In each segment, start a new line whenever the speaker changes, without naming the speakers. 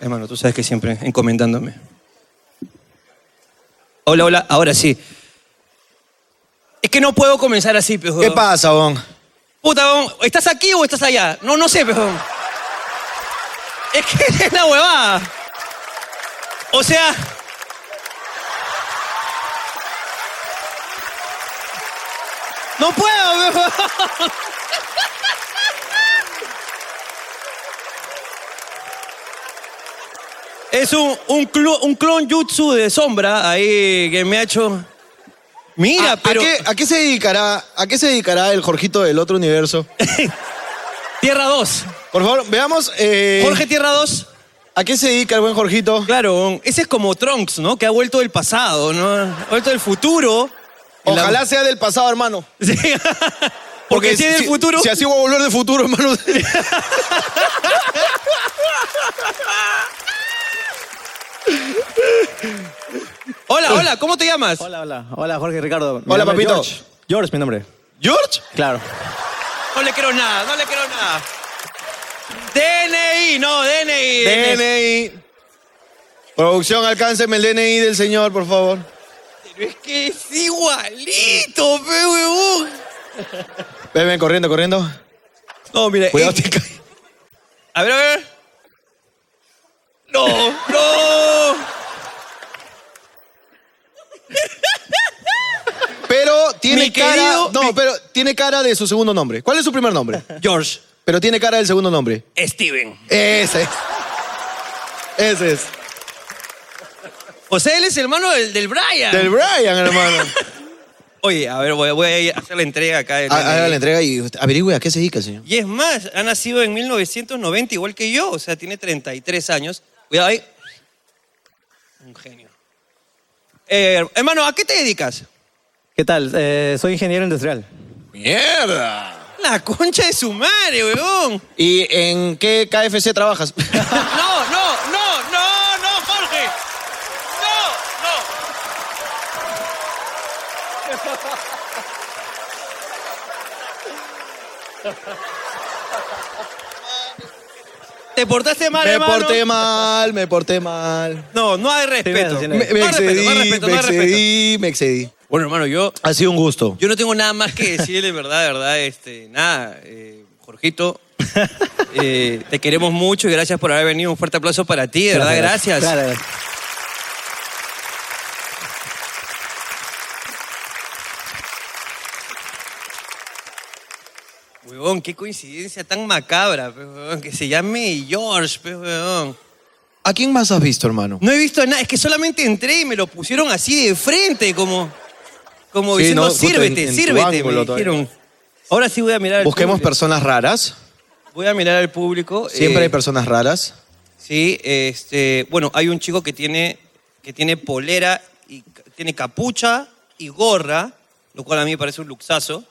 hermano. Tú sabes que siempre encomendándome. Hola, hola. Ahora sí. Es que no puedo comenzar así, pejo.
¿Qué pasa, Bon?
Puta, weón, ¿estás aquí o estás allá? No, no sé, pero... Es que es la huevada. O sea... No puedo, weón. Es un, un, clo- un clon jutsu de sombra ahí que me ha hecho... Mira,
Ah, ¿A- a
pero...
qué- ¿A, qué, se dedicará, ¿A qué se dedicará el Jorgito del otro universo?
Tierra 2.
Por favor, veamos. eh,
Jorge Tierra 2.
¿A qué se dedica el buen Jorgito?
Claro, ese es como Trunks, ¿no? Que ha vuelto del pasado, ¿no? Ha vuelto del futuro.
Ojalá
La-
sea del pasado, hermano.
Sí. Porque, si es del futuro.
Si así va a volver del futuro, hermano.
Hola, hola, ¿cómo te llamas?
Hola, hola. Hola, Jorge Ricardo. Mi
Hola,
nombre es
papito.
George. George, mi nombre.
¿George?
Claro.
No le creo nada, no le creo nada. DNI, no, DNI.
DNI. Producción, alcánceme el DNI del señor, por favor.
Pero es que es igualito, pe huevón.
Ven, ven, corriendo, corriendo.
No, mira.
Cuidado,
eh,
te cae.
A ver, a ver. No, no.
Pero tiene
Mi
cara.
querido-
no,
mi-
pero tiene cara de su segundo nombre. ¿Cuál es su primer nombre?
George,
Pero tiene cara del segundo nombre.
Steven.
Ese es. Ese es.
O sea, él es hermano del, del Brian.
Del Brian, hermano.
Oye, a ver, voy, voy a hacer la entrega acá. del
Ah,
DNI.
Haga la entrega y usted- averigüe a qué se dedica, señor.
Y es más, ha nacido en 1990, igual que yo, o sea, tiene 33 años. Cuidado ahí. Un genio. Eh, hermano, ¿a qué te dedicas?
¿Qué tal? Eh, soy ingeniero industrial.
¡Mierda!
La concha de su madre, weón.
¿Y en qué KFC trabajas?
No, no, no, no, no, Jorge. No, no. Te portaste mal,
me
hermano.
porté mal, me porté mal.
No, no hay respeto.
sí,
No
no
Me,
hay
hay.
me
respeto, no hay
excedí,
respeto,
me
no hay respeto.
excedí, me excedí.
Bueno, hermano, yo,
Ha sido un gusto.
yo no tengo nada más que decirle, verdad, de verdad, este, nada, eh, Jorgito, eh, te queremos mucho y gracias por haber venido. Un fuerte aplauso para ti, de verdad, gracias.
Claro.
Huevón, qué coincidencia tan macabra, pe, huevón, que se llame George, pe, huevón.
¿A quién más has visto, hermano?
No he visto nada, es que solamente entré y me lo pusieron así de frente, como, como
Sí,
diciendo,
no, justo en-
sírvete,
en tu
sírvete, me
ángulo todavía.
dijeron. Ahora sí voy a mirar al
Busquemos
público.
personas raras.
Voy a mirar al público.
Siempre
eh,
hay personas raras.
Sí, este, bueno, hay un chico que tiene, que tiene polera y ca- tiene capucha y gorra, lo cual a mí me parece un luxazo,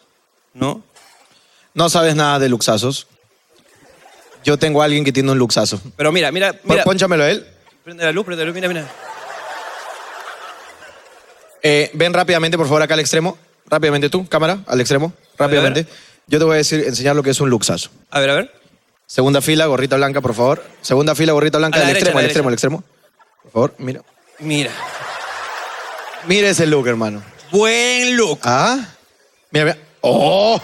¿no?
No sabes nada de luxazos. Yo tengo a alguien que tiene un luxazo.
Pero mira, mira,
Pon-
mira.
Pónchamelo a él.
Prende la luz, prende la luz, mira, mira.
Eh, ven rápidamente, por favor, acá al extremo. Rápidamente tú, cámara, al extremo. Rápidamente. Yo te voy a decir, enseñar lo que es un luxazo.
A ver, a ver.
Segunda fila, gorrita blanca, por favor. Segunda fila, gorrita blanca,
A la
al
derecha, a
extremo, al
la
extremo, al extremo. Por favor, mira.
Mira.
Mira ese look, hermano.
Buen look.
Ah. Mira, mira. ¡Oh!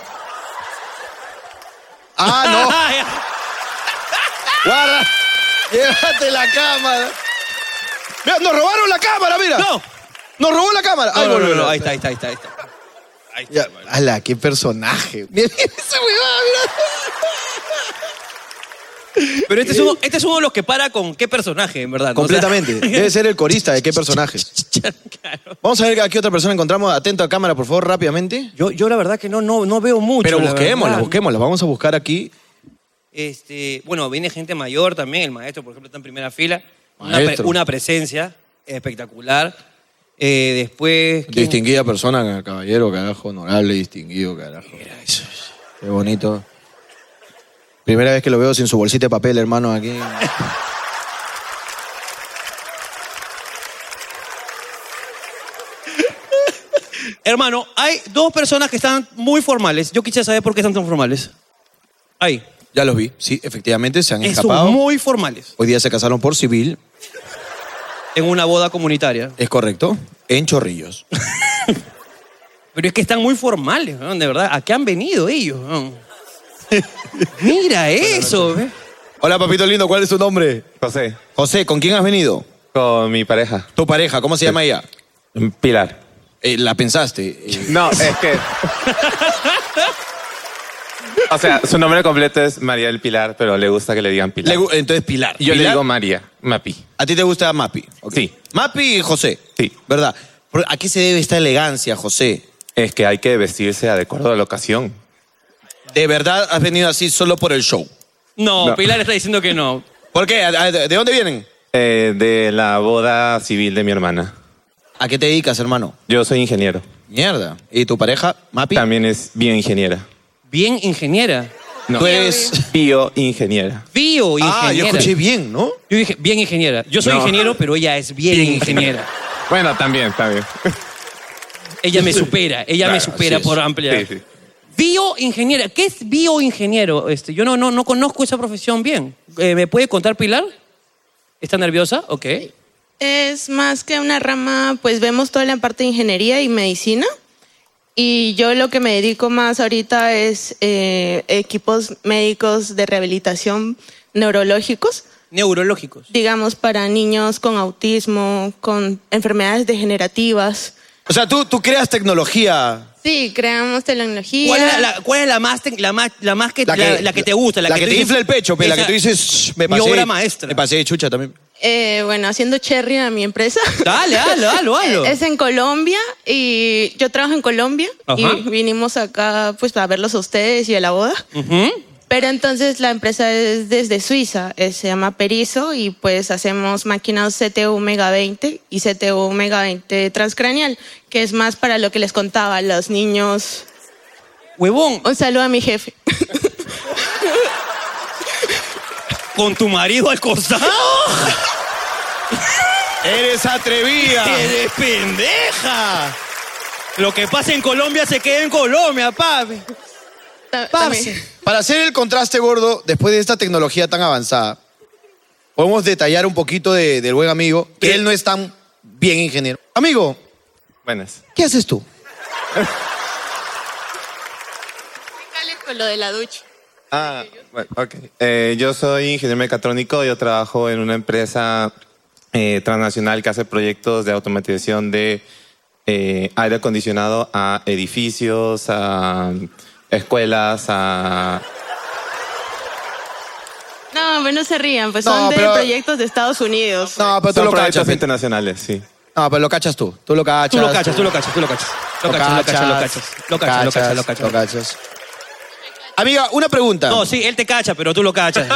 ¡Ah, no! ¡Guarda! ¡Llévate la cámara! Mira, ¡Nos robaron la cámara, mira!
¡No!
¡Nos robó la cámara! Ay,
No, no, no,
volvió,
no,
volvió.
Ahí está, ahí está, ahí está. Ahí está. Ahí está,
Ya,
hermano.
ala, qué personaje. Mira, mira esa huevada, mira.
Pero este es, uno, este es uno de los que para con qué personaje, en verdad. ¿no? O sea-
Completamente. Debe ser el corista de qué personajes.
claro.
Vamos a ver a qué otra persona encontramos. Atento a cámara, por favor, rápidamente.
Yo, yo la verdad que no, no, no veo mucho.
Pero
la
busquémosla,
verdad.
busquémosla. Vamos a buscar aquí.
Este, bueno, viene gente mayor también, el maestro, por ejemplo, está en primera fila. Una, pre-
Maestro.
una presencia espectacular. Eh, después. ¿quién?
Distinguida persona, caballero, carajo, honorable, distinguido, carajo. Qué bonito. Primera vez que lo veo sin su bolsita de papel, hermano, aquí.
Hermano, hay dos personas que están muy formales. Yo quisiera saber por qué están tan formales. Ahí.
Ya los vi. Sí, efectivamente, se han
Esos
escapado.
muy formales.
Hoy día se casaron por civil,
En una boda comunitaria.
es correcto, en Chorrillos.
Pero es que están muy formales, weón, de verdad. ¿A qué han venido ellos? weón? Mira eso. ve.
Hola, papito lindo, ¿cuál es tu nombre?
José,
José, ¿con quién has venido?
con mi pareja.
Tu pareja, ¿cómo se llama ella?
Pilar.
Eh, la pensaste. eh,
No, es que. O sea, su nombre completo es María del Pilar, pero le gusta que le digan Pilar.
le gu- entonces, Pilar.
Yo le
Pilar,
digo María, Mapi.
¿A ti te gusta Mapi? Ok.
Sí.
Mapi y José.
Sí.
¿Verdad? Pero, ¿A qué se debe esta elegancia, José?
Es que hay que vestirse de acuerdo a la ocasión.
¿De verdad has venido así solo por el show?
No,
No.
Pilar está diciendo que no.
¿Por qué? ¿A- a- ¿De dónde vienen?
Eh, de la boda civil de mi hermana.
¿A qué te dedicas, hermano?
Yo soy ingeniero.
Mierda. ¿Y tu pareja, Mapi?
También es bioingeniera.
Bien ingeniera.
No,
Tú eres...
bioingeniera.
Bio ingeniera.
Ah, yo escuché bien, ¿no?
Yo dije, bien ingeniera. Yo soy
No.
ingeniero, pero ella es bien,
Bien
ingeniera.
Bueno, también, también.
Ella me supera, ella me
Claro,
supera
así es.
por amplia.
Sí, sí.
Bioingeniera. ¿Qué es bioingeniero? Este, yo no, no, no conozco esa profesión bien. Eh, ¿Me puede contar Pilar? ¿Está nerviosa? Ok.
Es más que una rama, pues vemos toda la parte de ingeniería y medicina. Y yo lo que me dedico más ahorita es eh, equipos médicos de rehabilitación neurológicos,
Neurológicos.
digamos para niños con autismo, con enfermedades degenerativas.
O sea, tú, tú creas tecnología.
Sí, creamos tecnología.
¿Cuál es la, cuál es la más, te- la más, la más que, la la que, te gusta?
La, que, te
tú
infla el
dices,
pecho, pero la que
esa-
tú dices, "Shh, me
mi
pasé.
obra maestra.
Me pasé de chucha también.
Eh, bueno, haciendo cherry a mi empresa.
Dale, hazlo, hazlo, hazlo.
Es en Colombia y yo trabajo en Colombia
Ajá.
y vinimos acá pues para verlos a ustedes y a la boda.
Ujú.
Pero entonces la empresa es desde Suiza, eh, se llama Perizo y pues hacemos máquinas CTU Mega 20 y CTU Mega 20 transcraneal, que es más para lo que les contaba a los niños.
Huevón,
Un saludo a mi jefe.
con tu marido al costado.
¡Eres atrevida!
¡Eres pendeja! Lo que pasa en Colombia se queda en Colombia, papi.
Ta-
Parce.
también.
Para hacer el contraste gordo, después de esta tecnología tan avanzada, podemos detallar un poquito de- del buen amigo, que
¿Qué?
él no es tan bien ingeniero. Amigo,
Buenas.
¿qué haces tú?
Cale con lo de la ducha.
Ah, bueno, ok. Eh, yo soy ingeniero mecatrónico, yo trabajo en una empresa eh, transnacional que hace proyectos de automatización de eh, aire acondicionado a edificios, a escuelas, a...
No, pero no se rían, pues
No,
son de
pero-
proyectos de Estados Unidos.
No, pero tú
Son
lo
proyectos
¿eh?
cachas. pe.
internacionales, sí.
No, Ah, pero lo cachas tú. Tú lo cachas.
Tú lo cachas, tú lo cachas, tú lo cachas. Lo cachas, lo cachas, lo cachas. Lo cachas, lo cachas, lo
lo
cachas.
cachas. Amiga, una pregunta.
No, sí, él te cacha, pero tú lo cachas. ¿no?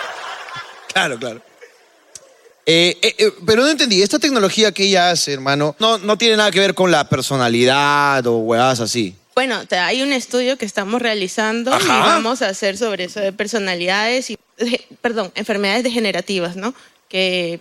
Claro, claro. Eh, eh, eh, pero no entendí, esta tecnología que ella hace, hermano, no, no tiene nada que ver con la personalidad o huevadas así.
Bueno, te- hay un estudio que estamos realizando y
Ajá.
vamos a hacer sobre eso de personalidades y, eh, perdón, enfermedades degenerativas, ¿no? Que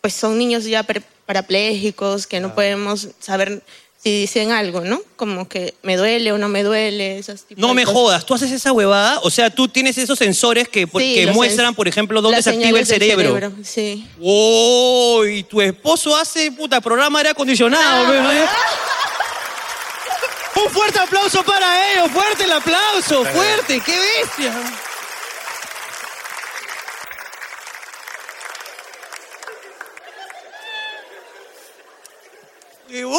pues son niños ya per- parapléjicos, que no podemos saber si dicen algo, ¿no? Como que me duele o no me duele, esas tipos
No
de
me
cosas.
jodas, tú haces esa huevada. O sea, tú tienes esos sensores que, por-
Sí,
que
los
muestran,
sens-
por ejemplo, dónde
las
se activa el
señales del
cerebro.
Sí.
¡Wow! Y tu esposo hace puta programa de aire acondicionado. ¿no?
Ah.
Un fuerte aplauso para ellos, fuerte el aplauso, fuerte, qué bestia. ¡Huevón!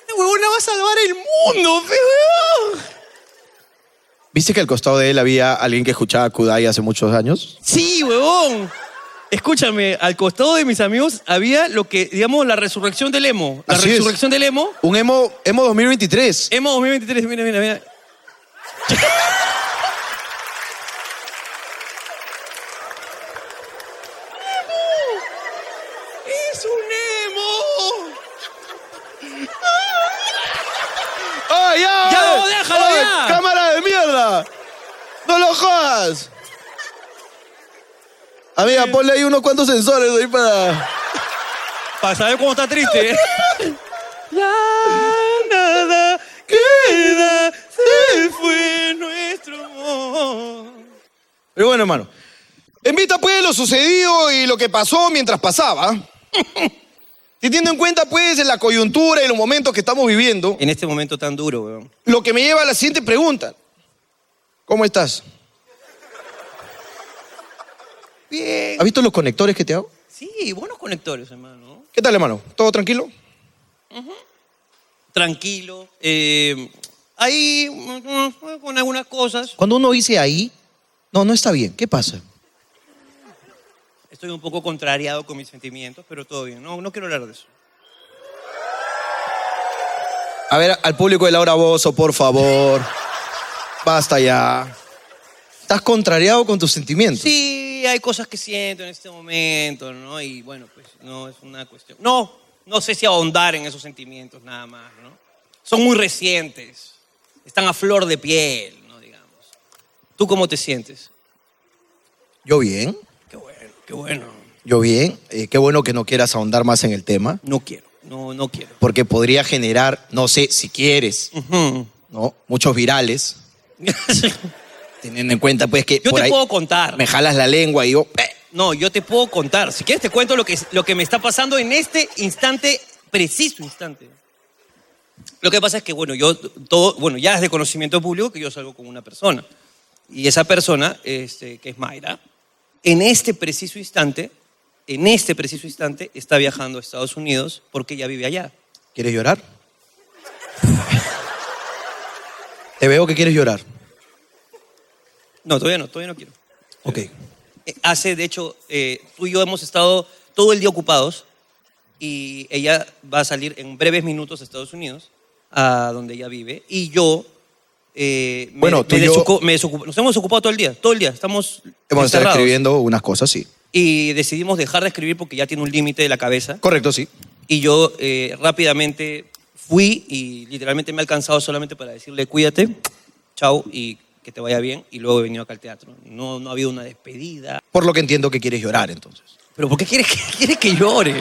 Este huevón la va a salvar el mundo, pe, huevón.
¿Viste que al costado de él había alguien que escuchaba Kudai hace muchos años?
Sí, huevón. Escúchame, al costado de mis amigos había lo que, digamos, la resurrección del emo. La
Así es.
resurrección del emo.
Un emo, emo 2023.
Emo 2023, mira, mira, mira. ¡Es un emo!
¡Ah, ya!
¡Ya,
eh!
no, déjalo, ya!
¡Cámara de mierda! ¡No lo jodas! Amiga, ponle ahí unos cuantos sensores ahí para...
Para saber cómo está triste. ¿eh? Ya nada queda, se fue nuestro amor.
Pero bueno, hermano. En vista, pues, de lo sucedido y lo que pasó mientras pasaba, teniendo en cuenta, pues, en la coyuntura y los momentos que estamos viviendo,
En este momento tan duro, weón.
lo que me lleva a la siguiente pregunta. ¿Cómo estás?
Bien.
¿Has visto los conectores que te hago?
Sí, buenos conectores, hermano.
¿Qué tal, hermano? ¿Todo tranquilo?
Tranquilo. eh, ahí, mm, mm, con algunas cosas.
Cuando uno dice ahí, no, no está bien. ¿Qué pasa?
Estoy un poco contrariado con mis sentimientos, pero todo bien. No, no quiero hablar de eso.
A ver, al público de Laura Bozo, por favor. Basta ya. Estás contrariado con tus sentimientos.
Sí, hay cosas que siento en este momento, ¿no? Y bueno, pues no es una cuestión. No, no sé si ahondar en esos sentimientos nada más, ¿no? Son muy recientes. Están a flor de piel, ¿no? Digamos. ¿Tú cómo te sientes?
Yo bien,
Qué bueno, qué bueno.
yo bien. Eh, qué bueno que no quieras ahondar más en el tema,
No quiero, no, no quiero.
porque podría generar, no sé, si quieres,
Ujú.
¿no? Muchos virales,
yo
teniendo en cuenta pues que por
te
ahí
puedo contar.
me jalas la lengua y yo... "Eh".
No, yo te puedo contar. Si quieres te cuento lo que, lo que me está pasando en este instante, preciso instante. Lo que pasa es que, bueno, yo todo, bueno, ya es de conocimiento público que yo salgo con una persona. Y esa persona, este, que es Mayra, en este preciso instante, en este preciso instante, está viajando a Estados Unidos porque ya vive allá.
¿Quieres llorar? Te veo que quieres llorar.
No, todavía no, todavía no quiero.
Ok.
Eh, Hace, de hecho, eh, tú y yo hemos estado todo el día ocupados y ella va a salir en breves minutos a Estados Unidos, a donde ella vive, y yo eh, me,
Bueno, tú
me
y yo-
desocu- me desocupo- nos hemos ocupado todo el día, todo el día, estamos
Hemos estado
encerrados.
escribiendo unas cosas, sí.
y decidimos dejar de escribir porque ya tiene un límite de la cabeza
Correcto, sí.
y yo eh, rápidamente fui y literalmente me ha alcanzado solamente para decirle cuídate, chao y que te vaya bien y luego he venido acá al teatro. No, no ha habido una despedida.
Por lo que entiendo que quieres llorar, entonces.
¿Pero por qué quieres que, quieres que llore?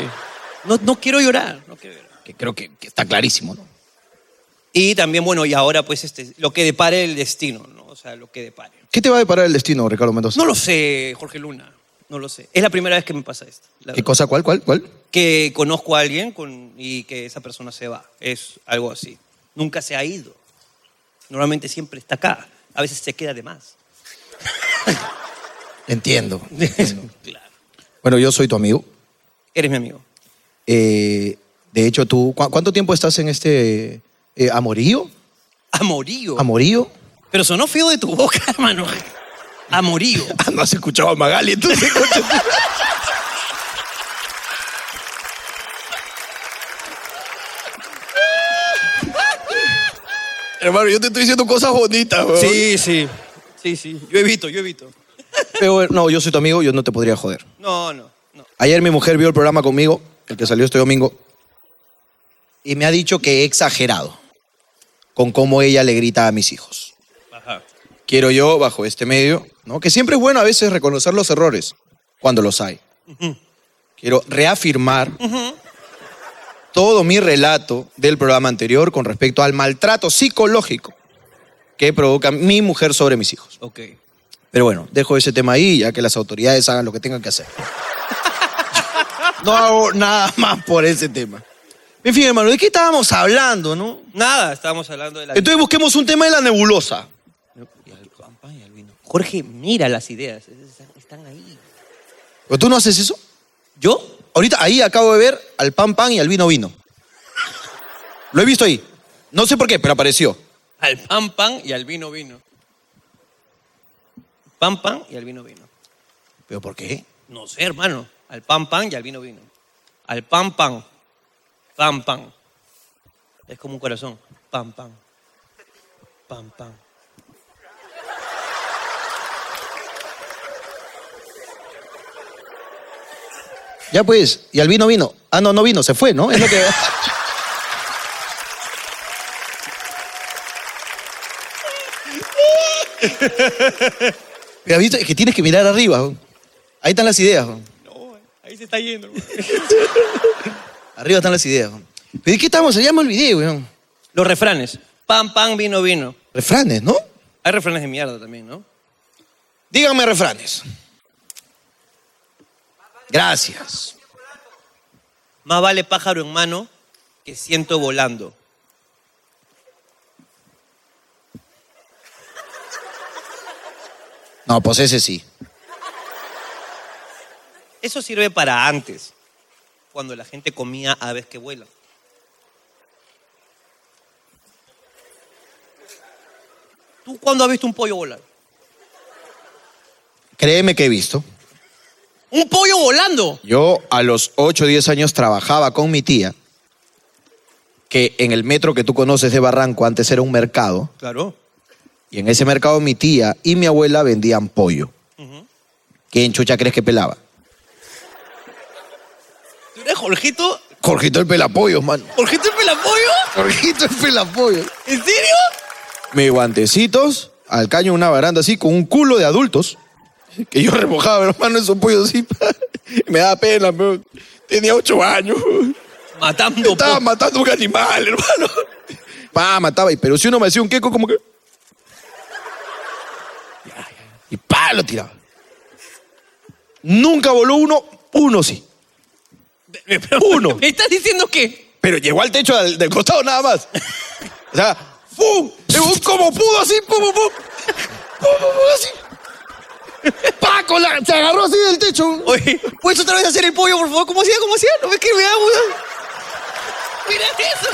No, no quiero llorar, no quiero llorar.
Que creo que, que está clarísimo, ¿no?
Y también, bueno, y ahora pues este, lo que depare el destino, ¿no? O sea, lo que depare.
¿Qué te va a deparar el destino, Ricardo Mendoza?
No lo sé, Jorge Luna, no lo sé. Es la primera vez que me pasa esto. la
¿Qué
verdad.
cosa? ¿Cuál? ¿Cuál? ¿Cuál?
Que conozco a alguien con- y que esa persona se va. Es algo así. Nunca se ha ido. Normalmente siempre está acá. A veces se queda de más.
Entiendo.
claro.
Bueno, yo soy tu amigo.
Eres mi amigo.
Eh, de hecho, tú, ¿cu- ¿cuánto tiempo estás en este eh, amorío?
Amorío.
¿Amorío?
Pero sonó feo de tu boca, hermano. Amorío.
Ah, no has escuchado a Magali, entonces. coche. Hermano, yo te estoy diciendo cosas bonitas, weón.
Sí, sí. Sí, sí. Yo evito, yo evito.
Pero, no, yo soy tu amigo, yo no te podría joder.
No, no, no.
Ayer mi mujer vio el programa conmigo, el que salió este domingo, y me ha dicho que he exagerado con cómo ella le grita a mis hijos.
Ajá.
Quiero yo, bajo este medio, ¿no? que siempre es bueno a veces reconocer los errores cuando los hay. Quiero reafirmar todo mi relato del programa anterior con respecto al maltrato psicológico que provoca mi mujer sobre mis hijos.
Ok.
Pero bueno, dejo ese tema ahí, ya que las autoridades hagan lo que tengan que hacer. No hago nada más por ese tema. En fin, hermano, ¿de qué estábamos hablando, no?
Nada, Ah, estábamos hablando de la.
Entonces busquemos un tema de la nebulosa.
Y al champán y al vino. Jorge, mira las ideas. es- es- Están ahí.
¿Pero tú no haces eso?
¿Yo?
Ahorita ahí acabo de ver al pan pan y al vino vino. Lo he visto ahí. No sé por qué, pero apareció.
Al pan pan y al vino vino. Pan pan y al vino vino.
¿Pero por qué?
No sé, hermano. Al pan pan y al vino vino. Al pan pan. Pan pan. Es como un corazón. Pan pan. Pan pan.
Ya pues, y al vino vino. Ah, no, no vino, se fue, ¿no? Es lo que... Pero, ¿viste? Es que tienes que mirar arriba. ¿no? Ahí están las ideas. ¿no?
No, ahí se está yendo.
Arriba están las ideas. ¿no? ¿Pero de qué estamos? Se llama el video, weón.
Los refranes. Pan pan, vino vino.
Refranes, ¿no?
Hay refranes de mierda también, ¿no?
Díganme refranes. Gracias.
Más vale pájaro en mano que ciento volando.
No, pues ese sí.
Eso sirve para antes, cuando la gente comía aves que vuelan. ¿Tú cuándo has visto un pollo volar?
Créeme que he visto.
¡Un pollo volando!
Yo a los 8 o 10 años trabajaba con mi tía, que en el metro que tú conoces de Barranco antes era un mercado,
Claro.
y en ese mercado mi tía y mi abuela vendían pollo. ¿Quién chucha crees que pelaba?
¿Tú eres Jorgito?
Jorgito el pelapollo, mano.
¿Jorgito el pelapollo?
Jorgito el pelapollo.
¿En serio?
Mis guantecitos, al caño una baranda así, con un culo de adultos, que yo remojaba, hermano, esos pollos así. Me daba pena, pero tenía 8 años.
Matando
Estaba
pollo.
matando un animal, hermano. Pa, mataba. y- Pero si uno me hacía un queco, como que. Ya, ya. Y pa, lo tiraba. Nunca voló uno, uno sí. Uno.
¿Me estás diciendo que
Pero llegó al techo del, del costado nada más. O sea, ¡fum! Llegó como pudo así, ¡pum, pum, pum! ¡Pum, pum, pum! Así. ¡Pa! con la- se agarró así del techo. Pues
Oye, ¿puedes otra vez hacer el pollo, por favor? ¿Cómo hacía? ¿Cómo hacía? ¿No ves que
ah,
me da weón? Mira eso.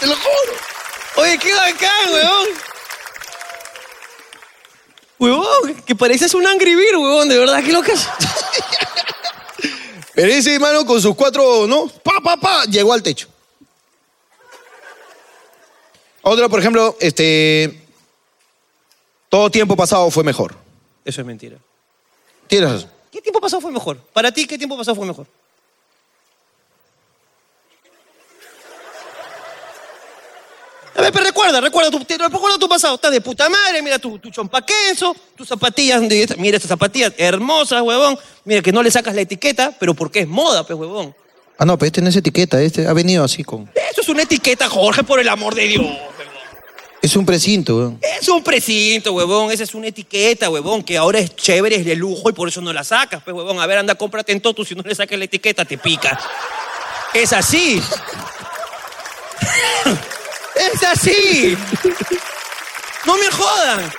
Te lo juro.
Oye, qué bacán, weón. Weón, que pareces un Angry Bird, weón. De verdad, qué locas.
Pero ese hermano con sus cuatro, ¿no? Pa, pa, pa, llegó al techo. Otro, por ejemplo, este. Todo tiempo pasado fue mejor.
Eso es mentira.
Tienes razón.
¿Qué tiempo pasado fue mejor? Para ti, ¿qué tiempo pasado fue mejor? A ver, pero recuerda, recuerda tu, te- recuerda tu pasado. Estás de puta madre, mira tu, tu chompa queso, tus zapatillas, de esta- mira estas zapatillas hermosas, huevón. Mira que no le sacas la etiqueta, pero porque es moda, pues, huevón.
Ah, no, pero este no es etiqueta, este ha venido así con.
Eso es una etiqueta, Jorge, por el amor de Dios.
Es un precinto, weón.
Es un precinto, huevón. Esa es una etiqueta, huevón, que ahora es chévere, es de lujo y por eso no la sacas, pues, huevón. A ver, anda, cómprate en Totus. Si no le sacas la etiqueta, te pica. Es así. es así. No me jodan.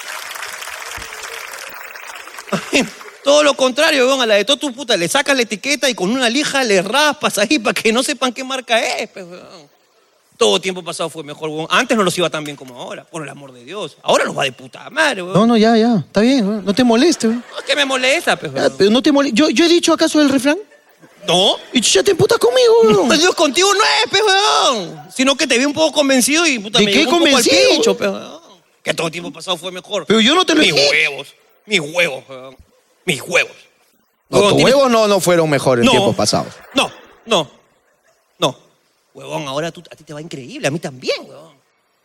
Todo lo contrario, huevón. A la de Totus, puta, le sacas la etiqueta y con una lija le raspas ahí para que no sepan qué marca es, pues, huevón. Todo tiempo pasado fue mejor, huevón. Antes no los iba tan bien como ahora, por el amor de Dios. Ahora los va de puta madre, huevón.
No, no, ya, ya. Está bien, weón. no te molestes, weón.
No, es que me molesta, pues,
Ya,
huevón.
pero no te molestes. Yo, yo he dicho acaso el refrán.
No.
Y tú ya te emputas conmigo, weón.
Pues Dios contigo no es, pues, huevón. Sino que te vi un poco convencido y puta
¿De
me
qué
llegó un poco al
convencido?
pincho, pues, huevón. Que todo tiempo pasado fue mejor.
Pero yo no te lo
Mis
dije.
huevos. Mis huevos, huevón. Mis huevos.
No, tus
tienes-
huevos no, no fueron mejores en tiempos pasados.
No, no, no. Huevón, ahora tú, a ti te va increíble, a mí también, huevón.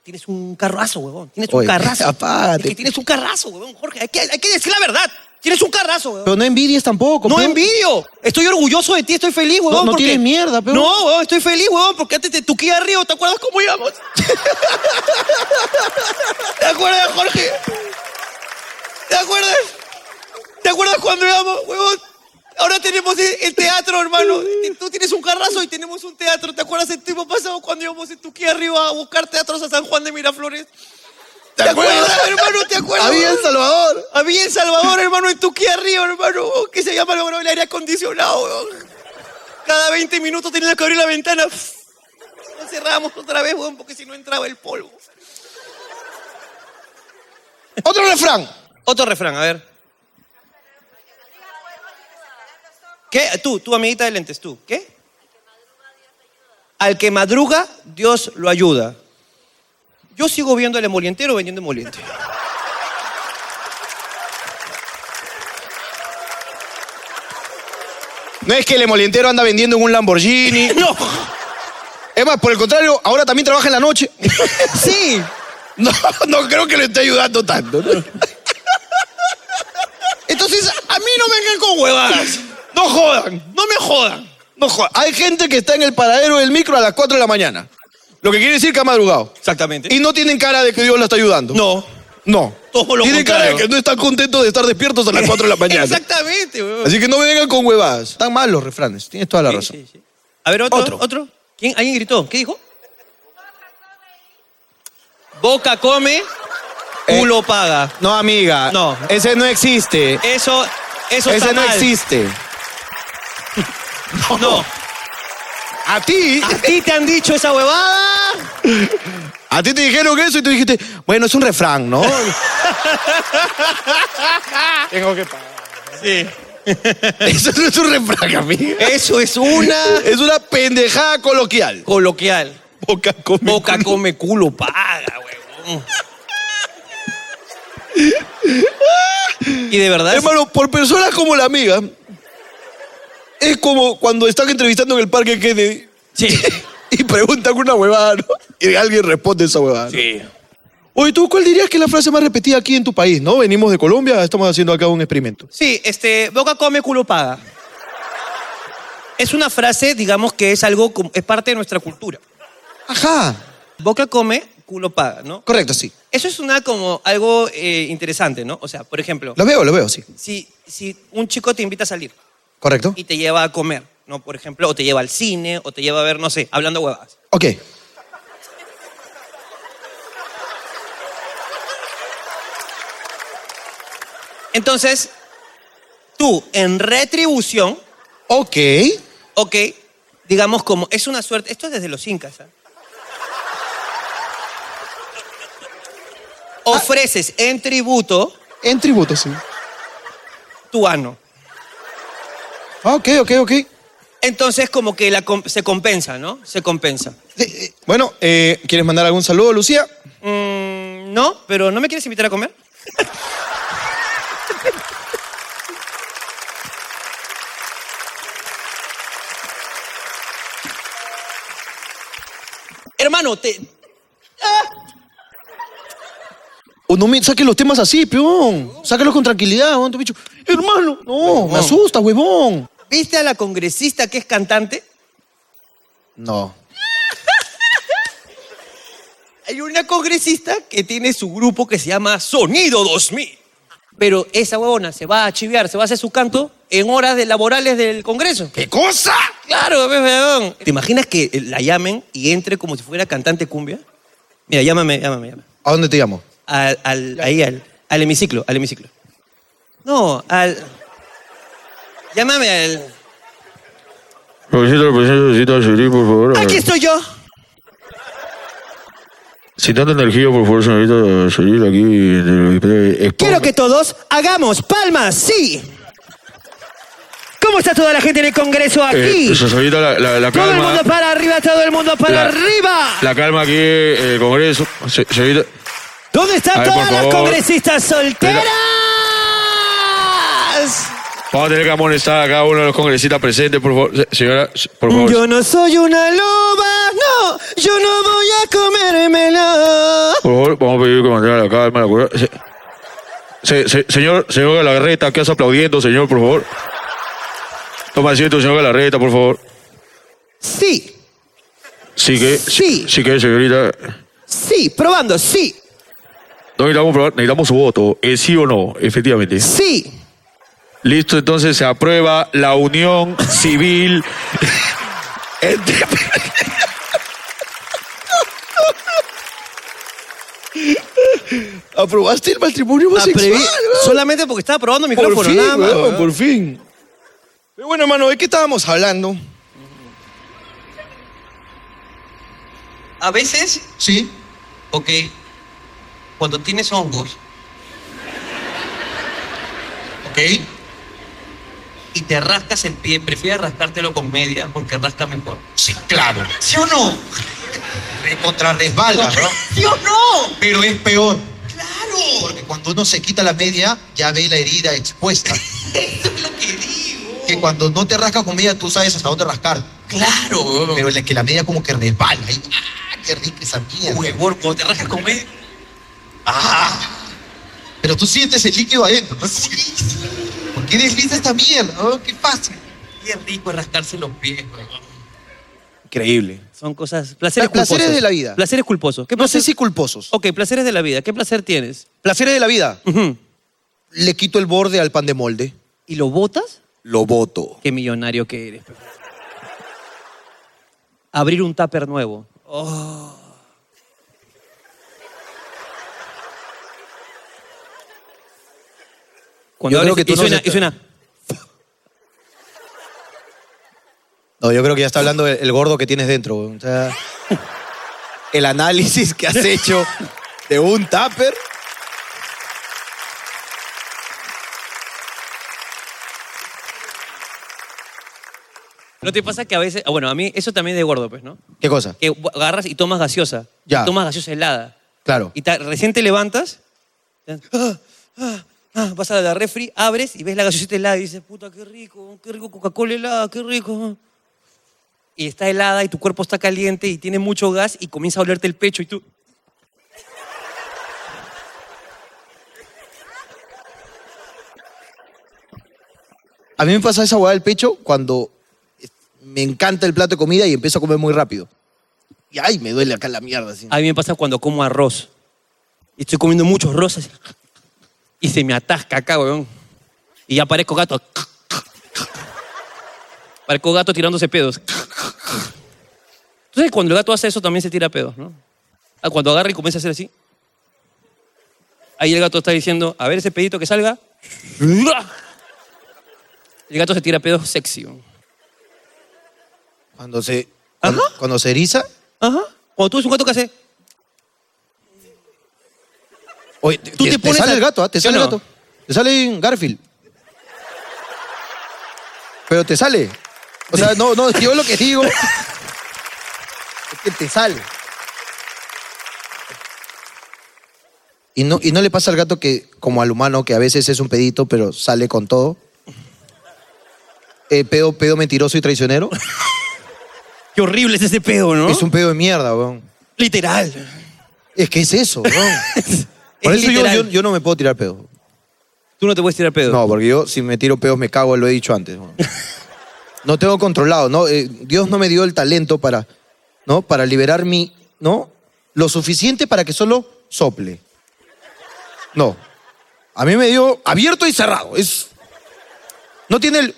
Tienes un carrazo, huevón. Tienes un
Oye,
carrazo.
apágate.
Es que tienes un carrazo, huevón, Jorge. Hay que, hay que decir la verdad. Tienes un carrazo, huevón.
Pero no envidies tampoco.
No
pe.
envidio. Estoy orgulloso de ti, estoy feliz, huevón.
No- no
porque-
tienes mierda, pero-
No, huevón, estoy feliz, huevón, porque antes te tuquía arriba, ¿te acuerdas cómo íbamos? ¿Te acuerdas, Jorge? ¿Te acuerdas? ¿Te acuerdas cuando íbamos, huevón? Ahora tenemos el el teatro, hermano. Te- Tú tienes un carrazo y tenemos un teatro. ¿Te acuerdas el tiempo pasado cuando íbamos en Tuquía arriba a buscar teatros a San Juan de Miraflores? ¿Te, acuerdas, hermano? ¿Te acuerdas?
Había El Salvador.
Había en Salvador, hermano, en Tuquía arriba, hermano, oh, que se llama hermano, el aire acondicionado. weón. Cada 20 minutos tenías que abrir la ventana. Lo cerramos otra vez, weón, porque si no entraba el polvo.
Otro refrán.
Otro refrán, a ver. ¿Qué? Tú, tú, amiguita de lentes, tú. ¿Qué? Al que madruga, Dios lo ayuda. Yo sigo viendo el emolientero vendiendo emoliente.
No es que el emolientero anda vendiendo en un Lamborghini.
¡No!
Es más, por el contrario, ahora también trabaja en la noche.
¡Sí!
No, no creo que le esté ayudando tanto. ¿no? Entonces, a mí no me vengan con huevadas. No jodan, no me jodan. No jodan. Hay gente que está en el paradero del micro a las 4 de la mañana. Lo que quiere decir que ha madrugado.
Exactamente.
Y no tienen cara de que Dios la está ayudando.
No,
No.
todo lo
Tiene cara de
contrario.
que no están contentos de estar despiertos a las 4 de la mañana.
Exactamente, weón.
Así que no me vengan con huevadas. Están mal los refranes. Tienes toda la razón.
Sí, sí, sí. A ver, otro,
Otro.
otro. ¿Quién? ¿Alguien gritó? ¿Qué dijo? Boca come,
Eh,
culo paga.
No, amiga.
No.
Ese no existe.
Eso, eso
Ese
está
no
mal.
existe.
No.
A ti,
¿A ti te han dicho esa huevada?
a ti te dijeron eso y tú dijiste, bueno, es un refrán, ¿no?
Sí.
eso no es un refrán, amiga.
Eso es una
Es una pendejada coloquial.
coloquial.
Boca come.
Boca come, culo paga, huevón. Y de verdad,
Hermano, por personas como la amiga, es como cuando están entrevistando en el parque Kennedy
sí.
y preguntan una huevada, ¿no? Y alguien responde esa huevada. ¿no?
Sí.
Oye, ¿tú cuál dirías que es la frase más repetida aquí en tu país, no? Venimos de Colombia, estamos haciendo acá un experimento.
Sí, este, boca come, culo paga. Es una frase, digamos, que es algo, como- es parte de nuestra cultura.
Ajá.
Boca come, culo paga, ¿no?
Correcto, sí.
Eso es una como algo eh, interesante, ¿no? O sea, por ejemplo,
Lo veo, lo veo, sí.
si, si un chico te invita a salir
Correcto.
y te lleva a comer, ¿no? Por ejemplo, o te lleva al cine, o te lleva a ver, no sé, hablando huevadas.
Ok.
Entonces, tú, en retribución,
Ok.
ok, digamos como, es una suerte, esto es desde los incas, ¿ah? Ofreces en tributo
Ah. En tributo, sí.
tu ano.
Ok, ok, ok.
Entonces, como que la com- se compensa, ¿no? Se compensa.
Eh, eh, Bueno, eh, ¿quieres mandar algún saludo, Lucía?
Mm, no, pero ¿no me quieres invitar a comer? Hermano, te,
O no me saques los temas así, peón. Sácalos con tranquilidad, huevón, tu bicho. Hermano, no, me asusta, huevón.
¿viste a la congresista que es cantante?
No.
Hay una congresista que tiene su grupo que se llama Sonido 2000. Pero esa huevona se va a chiviar, se va a hacer su canto en horas de laborales del Congreso.
¿Qué cosa?
Claro, pues, weón. ¿Te imaginas que la llamen y entre como si fuera cantante cumbia? Mira, llámame, llámame, llámame.
¿A dónde te llamo?
Al, al- ahí, al, al hemiciclo, al hemiciclo. No, al... Llámame al...
Profesor, profesor, necesito salir, por favor. eh,
Aquí estoy yo.
Sin tanta energía, por favor, señorita, salir aquí. de- eh, de-
Quiero que todos hagamos palmas, sí. ¿Cómo está toda la gente en el Congreso aquí?
Eh, señorita, la, la, la
todo el
calma.
mundo para arriba, todo el mundo para
La-
arriba.
La calma aquí, eh, el Congreso. Se- Señorita,
¿Dónde están
Ay, por
todas las
favor.
congresistas solteras?
vamos a tener que amonestar a cada uno de los congresistas presentes, por favor. Se- Señora, se- por favor.
Yo no soy una loba, no, yo no voy a comérmela.
Por favor, vamos a pedir que mantenga la calma, la cura. Se- se- se- señor, señor Galarreta, ¿qué hace aplaudiendo, señor, por favor? Toma asiento, señor Galarreta, por favor.
Sí,
Sí que,
Sí.
sí que, señorita.
sí, probando, sí,
No necesitamos probar, necesitamos su voto, eh, sí o no, efectivamente.
sí.
Listo, entonces se aprueba la unión civil. entre-
¿Aprobaste el matrimonio homosexual?
Aprevi-
huevón?
solamente porque estaba probando el micrófono,
Por fin,
nada más.
huevón,
weón.
por fin. Pero bueno, hermano, ¿de qué estábamos hablando?
A veces,
Sí.
ok, cuando tienes hongos, ok, y te rascas el pie, prefieres rascártelo con media porque rasca mejor.
Sí, claro. ¿Sí o no? Contra resbalas, ¿no?
¿Sí o no?
Pero es peor,
¡Claro!
porque cuando uno se quita la media, ya ve la herida expuesta.
Eso es lo que digo.
Que cuando no te rascas con media, tú sabes hasta dónde rascar.
Claro, huevón.
Pero la que la media como que resbala. Y, ¡Ah, qué rica esa mierda!
Huevón, cuando te rascas con medio.
¡Ah! Pero tú sientes el líquido adentro. ¿no? ¿Por qué desliza esta mierda? no? ¿Qué pasa?
Qué rico es rascarse los pies, huevón.
Increíble.
Son cosas. Placeres
Pla- placeres
culposos.
de la vida.
Placeres culposos. ¿Qué
No sé
placer-
si culposos.
Ok, placeres de la vida. ¿Qué placer tienes?
Placeres de la vida.
Ujú.
Le quito el borde al pan de molde.
¿Y lo botas?
Lo voto.
Qué millonario que eres. Abrir un tupper nuevo. Oh. Cuando
Yo creo
abres-
que tú
y
no
suena- y
aceptas.
suena,
No, yo creo que ya está hablando el, el gordo que tienes dentro. weón. O sea, el análisis que has hecho de un tupper.
¿No te pasa que a veces, ah, bueno, a mí eso también es de gordo, pues, ¿no?
¿Qué cosa?
Que bu- agarras y tomas gaseosa.
Ya.
Y tomas gaseosa helada.
Claro.
Y ta- recién te levantas, te- ah, ah, ah, vas a la refri, abres y ves la gaseosita helada y dices, puta, qué rico, qué rico Coca-Cola helada, qué rico. Y está helada y tu cuerpo está caliente y tiene mucho gas y comienza a olerte el pecho y tú...
A mí me pasa esa hueá del pecho cuando me encanta el plato de comida y empiezo a comer muy rápido. Y ay, me duele acá la mierda. así.
A mí me pasa cuando como arroz. Y estoy comiendo muchos rosas. Y se me atasca acá, weón. Y ya parezco gato. Parezco gato tirándose pedos. Entonces, cuando el gato hace eso, también se tira pedos, ¿no? Ah, Cuando agarra y comienza a hacer así. Ahí el gato está diciendo, a ver ese pedito que salga. El gato se tira pedos sexy. weón.
Cuando se, cuando, cuando se eriza.
Ajá. Cuando tú ves un gato que hace...
Oye,
Tú te pones
sale
a-
el gato, ¿ah? Te
¿Sí
sale
o
el
no?
gato. Te sale un Garfield. Pero te sale. O sea, no, no, yo lo que digo es que te sale. Y no, y no le pasa al gato que, como al humano, que a veces es un pedito, pero sale con todo. Eh, pedo, pedo mentiroso y traicionero.
Qué horrible es ese pedo, ¿no?
Es un pedo de mierda, weón.
Literal.
Es que es eso, weón. Por
Es
eso yo,
literal.
yo- yo no me puedo tirar pedo.
Tú no te puedes tirar pedo.
No, porque yo si me tiro peos me cago, lo he dicho antes. ¿no? No tengo controlado, ¿no? Eh, Dios no me dio el talento para, ¿no? Para liberar mi, ¿no? Lo suficiente para que solo sople. No. A mí me dio abierto y cerrado. Es. No tiene el.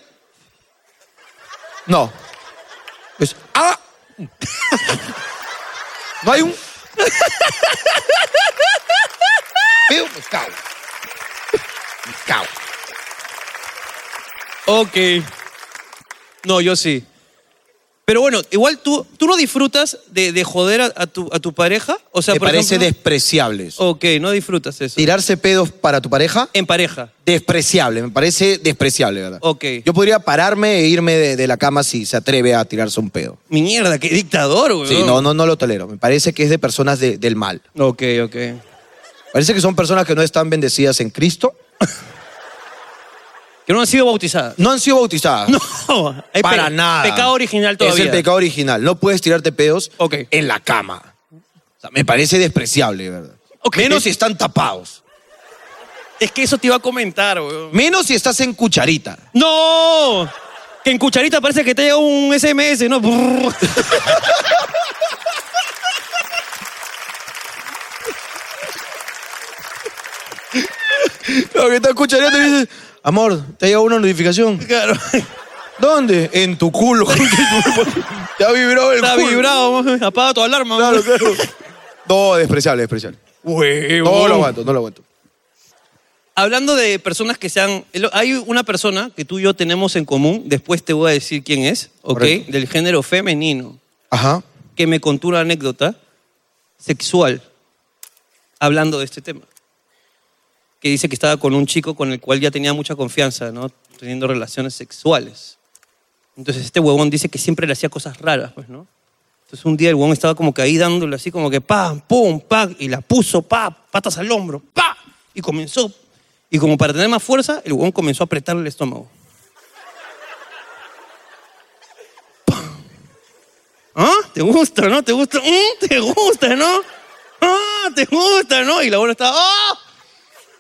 No. Es. ¡Ah! No hay un. Peo, me cago. Me cago.
Ok. No, yo sí. Pero bueno, igual tú, tú no disfrutas de, de joder a, a tu, a tu pareja. O sea,
me
por
parece
ejemplo,
despreciable eso.
Ok, no disfrutas eso.
Tirarse pedos para tu pareja,
En pareja.
despreciable, me parece despreciable, ¿verdad?
Ok.
Yo podría pararme e irme de, de la cama si se atreve a tirarse un pedo.
Mierda, qué dictador, güey.
Sí, no, no, no lo tolero. Me parece que es de personas de- del mal.
Ok, ok.
Parece que son personas que no están bendecidas en Cristo.
Que no han sido bautizadas.
No han sido bautizadas.
No, hay
para
pe-
nada.
Pecado original todavía.
Es el pecado original. No puedes tirarte pedos
Ok.
en la cama. O sea, me parece despreciable, ¿verdad?
Ok.
Menos si están tapados.
Es que eso te iba a comentar, güey.
Menos si estás en cucharita.
¡No! Que en cucharita parece que te llega un SMS, ¿no? Brrr.
Lo que está cuchareando y dices, amor, te ha llegado una notificación.
Claro.
¿Dónde? En tu culo. te ha vibrado el
Está
culo.
vibrado. Apaga tu alarma.
Claro, claro. No, despreciable, despreciable. No lo aguanto, no lo aguanto.
Hablando de personas que sean. el- Hay una persona que tú y yo tenemos en común, después te voy a decir quién es, ¿ok?
Correcto.
Del género femenino,
Ajá.
que me contó una anécdota sexual hablando de este tema. Que dice que estaba con un chico con el cual ya tenía mucha confianza, ¿no? Teniendo relaciones sexuales. Entonces este huevón dice que siempre le hacía cosas raras, pues, ¿no? Entonces un día el huevón estaba como que ahí dándole así como que pam, pum, pam, y la puso, pa, patas al hombro, pa, y comenzó. Y como para tener más fuerza, el huevón comenzó a apretarle el estómago. Pam. ¿Ah? ¿Te gusta, no? ¿Te gusta? Mm, ¿Te gusta, no? ¿Ah? ¿Te gusta, no? Y la buena estaba, ¡ah!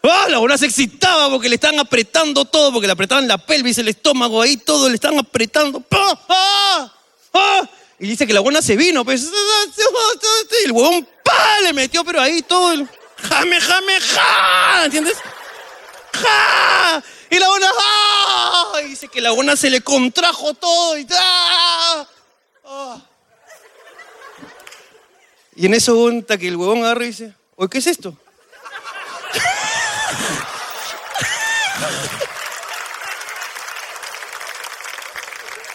¡Ah! La buena se excitaba porque le estaban apretando todo, porque le apretaban la pelvis, el estómago ahí, todo, le estaban apretando. ¡Pa! ¡Ah! ¡Ah! Y dice que la buena se vino, pues. Y el huevón, pa, le metió, pero ahí todo el. Jame, jame, ja, ¿entiendes? ¡Ja! Y la buena, ¡ah! Y dice que la buena se le contrajo todo y ¡ah! ¡Ah! Y en eso, hasta que el huevón agarra y dice, oye, ¿qué es esto?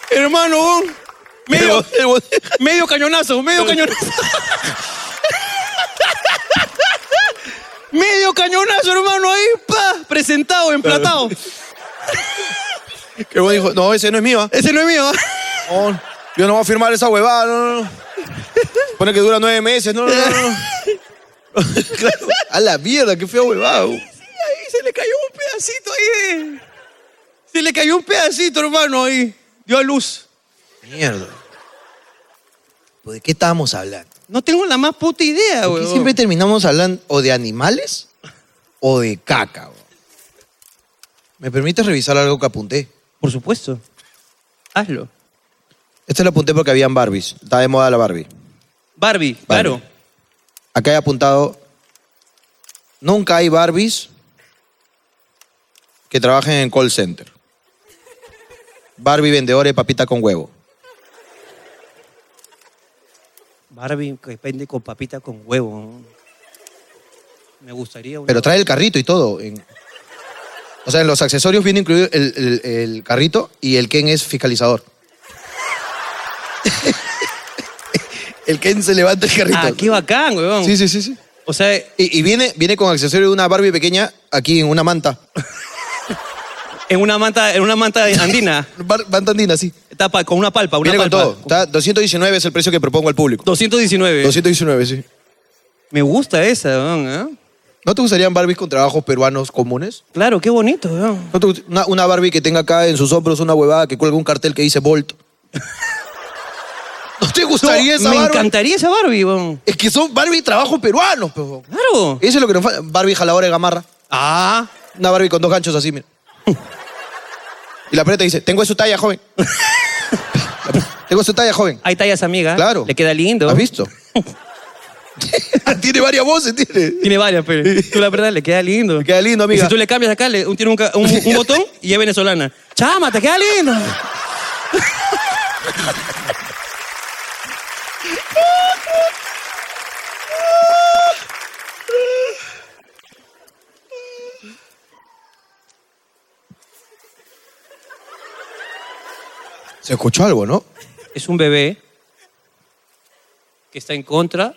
Hermano, huevón, medio, medio cañonazo, medio cañonazo. Medio cañonazo, hermano, ahí, pa, presentado, emplatado.
Que el huevón dijo, no, ese no es mío. ¿ah?
Ese no es mío. ¿ah?
No, yo no voy a firmar esa huevada, no, no, no. Pone que dura nueve meses, no, no, no. no. Claro. A la mierda, qué feo huevada. güey.
Sí, ahí se le cayó un pedacito ahí de- Se le cayó un pedacito, hermano, ahí. Dio a luz.
Mierda. Pues, ¿De qué estábamos hablando?
No tengo la más puta idea,
¿Por qué
güey.
siempre terminamos hablando o de animales o de caca? güey? ¿Me permites revisar algo que apunté?
Por supuesto. Hazlo.
Este lo apunté porque habían Barbies. Estaba de moda la Barbie.
Barbie, claro.
Acá he apuntado, nunca hay Barbies que trabajen en call center. Barbie vendedora de papita con huevo.
Barbie que pende con papita con huevo. Me gustaría. una-
Pero trae el carrito y todo. en- o sea, en los accesorios viene incluido el, el- el carrito y el Ken es fiscalizador. el Ken se levanta el carrito.
Ah, qué bacán, weón.
Sí, sí, sí, sí.
O sea,
Y, y viene, viene con accesorio de una Barbie pequeña aquí en una manta.
en una manta, en una manta andina,
Bar- manta andina, sí.
tapa con una palpa, una
Viene con
palpa.
todo. Está- 219 es el precio que propongo al público.
219.
219, sí.
Me gusta esa, weón, ¿eh?
¿No te gustarían Barbies con trabajos peruanos comunes?
Claro, qué bonito, weón.
¿No te gust- una, una Barbie que tenga acá en sus hombros una huevada que cuelga un cartel que dice Bolt. ¿No te gustaría esa
me
Barbie?
encantaría esa Barbie, weón.
Es que son Barbie trabajo peruanos, pero.
Claro.
Eso es lo que nos falta. Barbie jaladora de gamarra.
Ah.
Una Barbie con dos ganchos así, mira. Y la preta dice, tengo su talla, joven. tengo su talla, joven.
Ahí tallas, amiga.
Claro.
Le queda lindo.
¿Has visto? tiene varias voces, tiene.
Tiene varias, pero tú la verdad le queda lindo. Le
queda lindo, amiga.
Y si tú le cambias acá, le, un- tiene un, ca- un- un botón y es venezolana. Chama, te queda lindo.
Se escuchó algo, ¿no?
Es un bebé que está en contra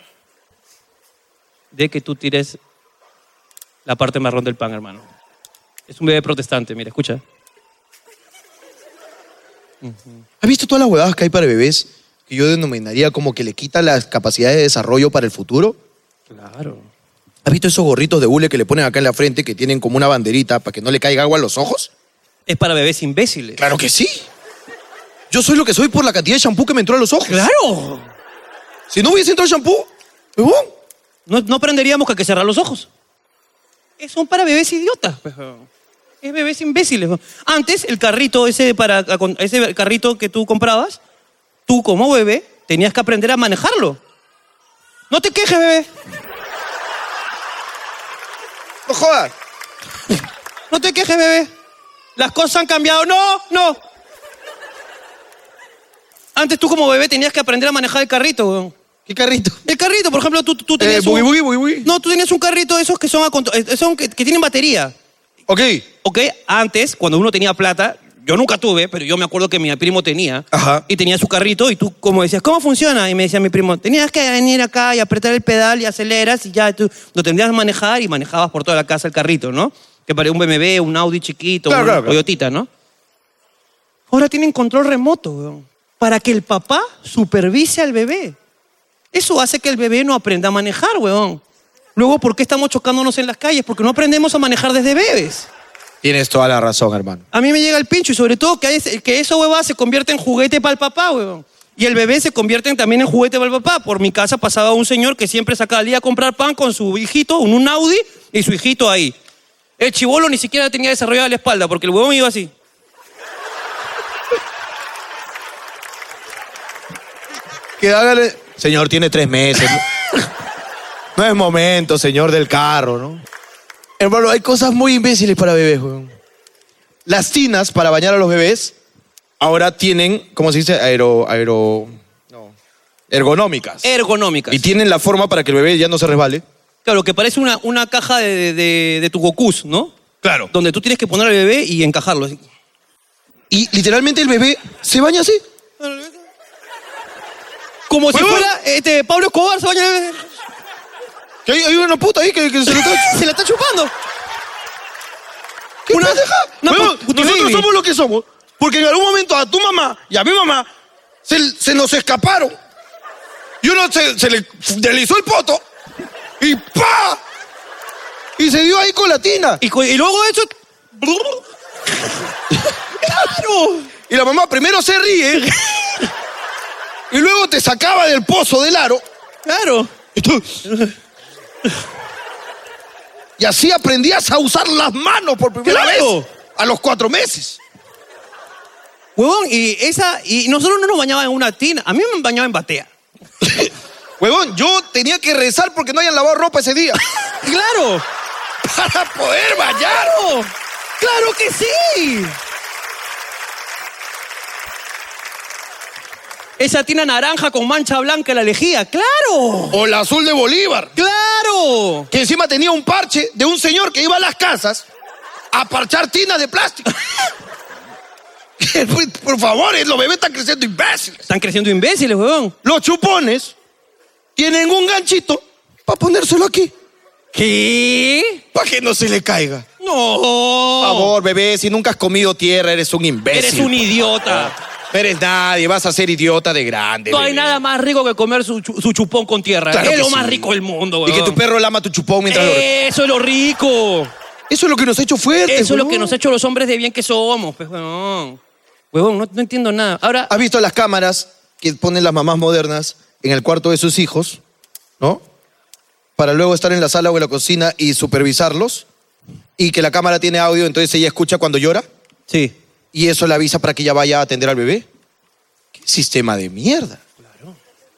de que tú tires la parte marrón del pan, hermano. Es un bebé protestante, mira, escucha.
¿Has visto todas las huevadas que hay para bebés que yo denominaría como que le quita las capacidades de desarrollo para el futuro?
Claro.
¿Has visto esos gorritos de hule que le ponen acá en la frente que tienen como una banderita para que no le caiga agua a los ojos?
Es para bebés imbéciles.
Claro que sí. Yo soy lo que soy por la cantidad de shampoo que me entró a los ojos.
¡Claro!
Si no hubiese entrado shampoo, huevón.
No, no aprenderíamos que hay que cerrar los ojos. Eh, Son para bebés idiotas. pues, weón. Es bebés imbéciles. weón. Antes, el carrito ese, para, ese carrito que tú comprabas, tú como bebé tenías que aprender a manejarlo. No te quejes, bebé.
No jodas.
No te quejes, bebé. Las cosas han cambiado. No, no. Antes tú como bebé tenías que aprender a manejar el carrito. weón.
¿Qué carrito?
El carrito, por ejemplo, tú, tú
Eh,
tenías
boogie,
un...
boogie, boogie, boogie.
No, tú tenías un carrito de esos que son, a contro- eh, son que- que tienen batería.
Ok.
¿ok? Antes, cuando uno tenía plata, yo nunca tuve, pero yo me acuerdo que mi primo tenía.
Ajá.
Y tenía su carrito y tú como decías, ¿cómo funciona? Y me decía mi primo, tenías que venir acá y apretar el pedal y aceleras y ya tú lo tendrías que manejar y manejabas por toda la casa el carrito, ¿no? Que parecía un BMW, un Audi chiquito,
Claro,
un
claro, claro.
Toyotita, ¿no? Ahora tienen control remoto, weón, para que el papá supervise al bebé. Eso hace que el bebé no aprenda a manejar, weón. Luego, ¿por qué estamos chocándonos en las calles? Porque no aprendemos a manejar desde bebés.
Tienes toda la razón, hermano.
A mí me llega el pincho y sobre todo que, hay ese- que esa huevada se convierte en juguete para el papá, huevón. Y el bebé se convierte en- también en juguete para el papá. Por mi casa pasaba un señor que siempre sacaba al día a comprar pan con su hijito, un, un Audi, y su hijito ahí. El chivolo ni siquiera tenía desarrollada la espalda porque el huevón iba así.
Que hágale. Señor, tiene tres meses. ¿no? No es momento, señor del carro, ¿no? Hermano, hay cosas muy imbéciles para bebés, weón. Las tinas para bañar a los bebés ahora tienen, ¿cómo se dice? Aero. aero no. Ergonómicas.
Ergonómicas.
y tienen la forma para que el bebé ya no se resbale.
Claro, que parece una, una caja de, de, de tu Gokus, ¿no?
Claro.
Donde tú tienes que poner al bebé y encajarlo. así.
Y literalmente el bebé se baña así.
Como si
Huevón.
fuera este, Pablo Escobar, se baña el bebé.
Que hay, hay una puta ahí que, que se lo está.
Se la está chupando.
¿Qué una, pendeja?
una
Huevón,
pu- puti
nosotros
baby.
somos lo que somos. Porque en algún momento a tu mamá y a mi mamá se, se nos escaparon. Y uno se, se le deslizó el poto. Y ¡pa! Y se dio ahí con la tina.
Y, co- y luego eso. ¡Claro!
Y la mamá primero se ríe. y luego te sacaba del pozo del aro.
¡Claro!
Y tú- Y así aprendías a usar las manos por primera
¡Claro!
vez a los cuatro meses.
Huevón, y esa. Y nosotros no nos bañaba en una tina. A mí me bañaba en batea.
Huevón, yo tenía que rezar porque no hayan lavado ropa ese día.
¡Claro!
para poder bañar.
¡Claro! ¡Claro que sí! Esa tina naranja con mancha blanca la elegía. ¡Claro!
O la azul de Bolívar.
¡Claro!
Que encima tenía un parche de un señor que iba a las casas a parchar tinas de plástico. Por favor, los bebés están creciendo imbéciles.
Están creciendo imbéciles, huevón.
Los chupones tienen un ganchito para ponérselo aquí,
¿Qué?
para que no se le caiga.
No.
Por favor, bebé, si nunca has comido tierra, eres un imbécil.
Eres un idiota.
No eres nadie, vas a ser idiota de grande.
No hay
bebé.
nada más rico que comer su, chu- su chupón con tierra.
Claro
es
que
lo
sí.
más rico del mundo,
Y
huevón.
que tu perro lama tu chupón mientras lo...
Eso es lo rico.
Eso es lo que nos ha hecho fuertes.
Eso es lo que
huevón.
nos ha hecho los hombres de bien que somos, pues, huevón. Huevón, no, no entiendo nada. Ahora,
¿Has visto las cámaras que ponen las mamás modernas en el cuarto de sus hijos? ¿No? Para luego estar en la sala o en la cocina y supervisarlos. Y que la cámara tiene audio, entonces ella escucha cuando llora.
sí.
Y eso le avisa para que ella vaya a atender al bebé. ¿Qué sistema de mierda?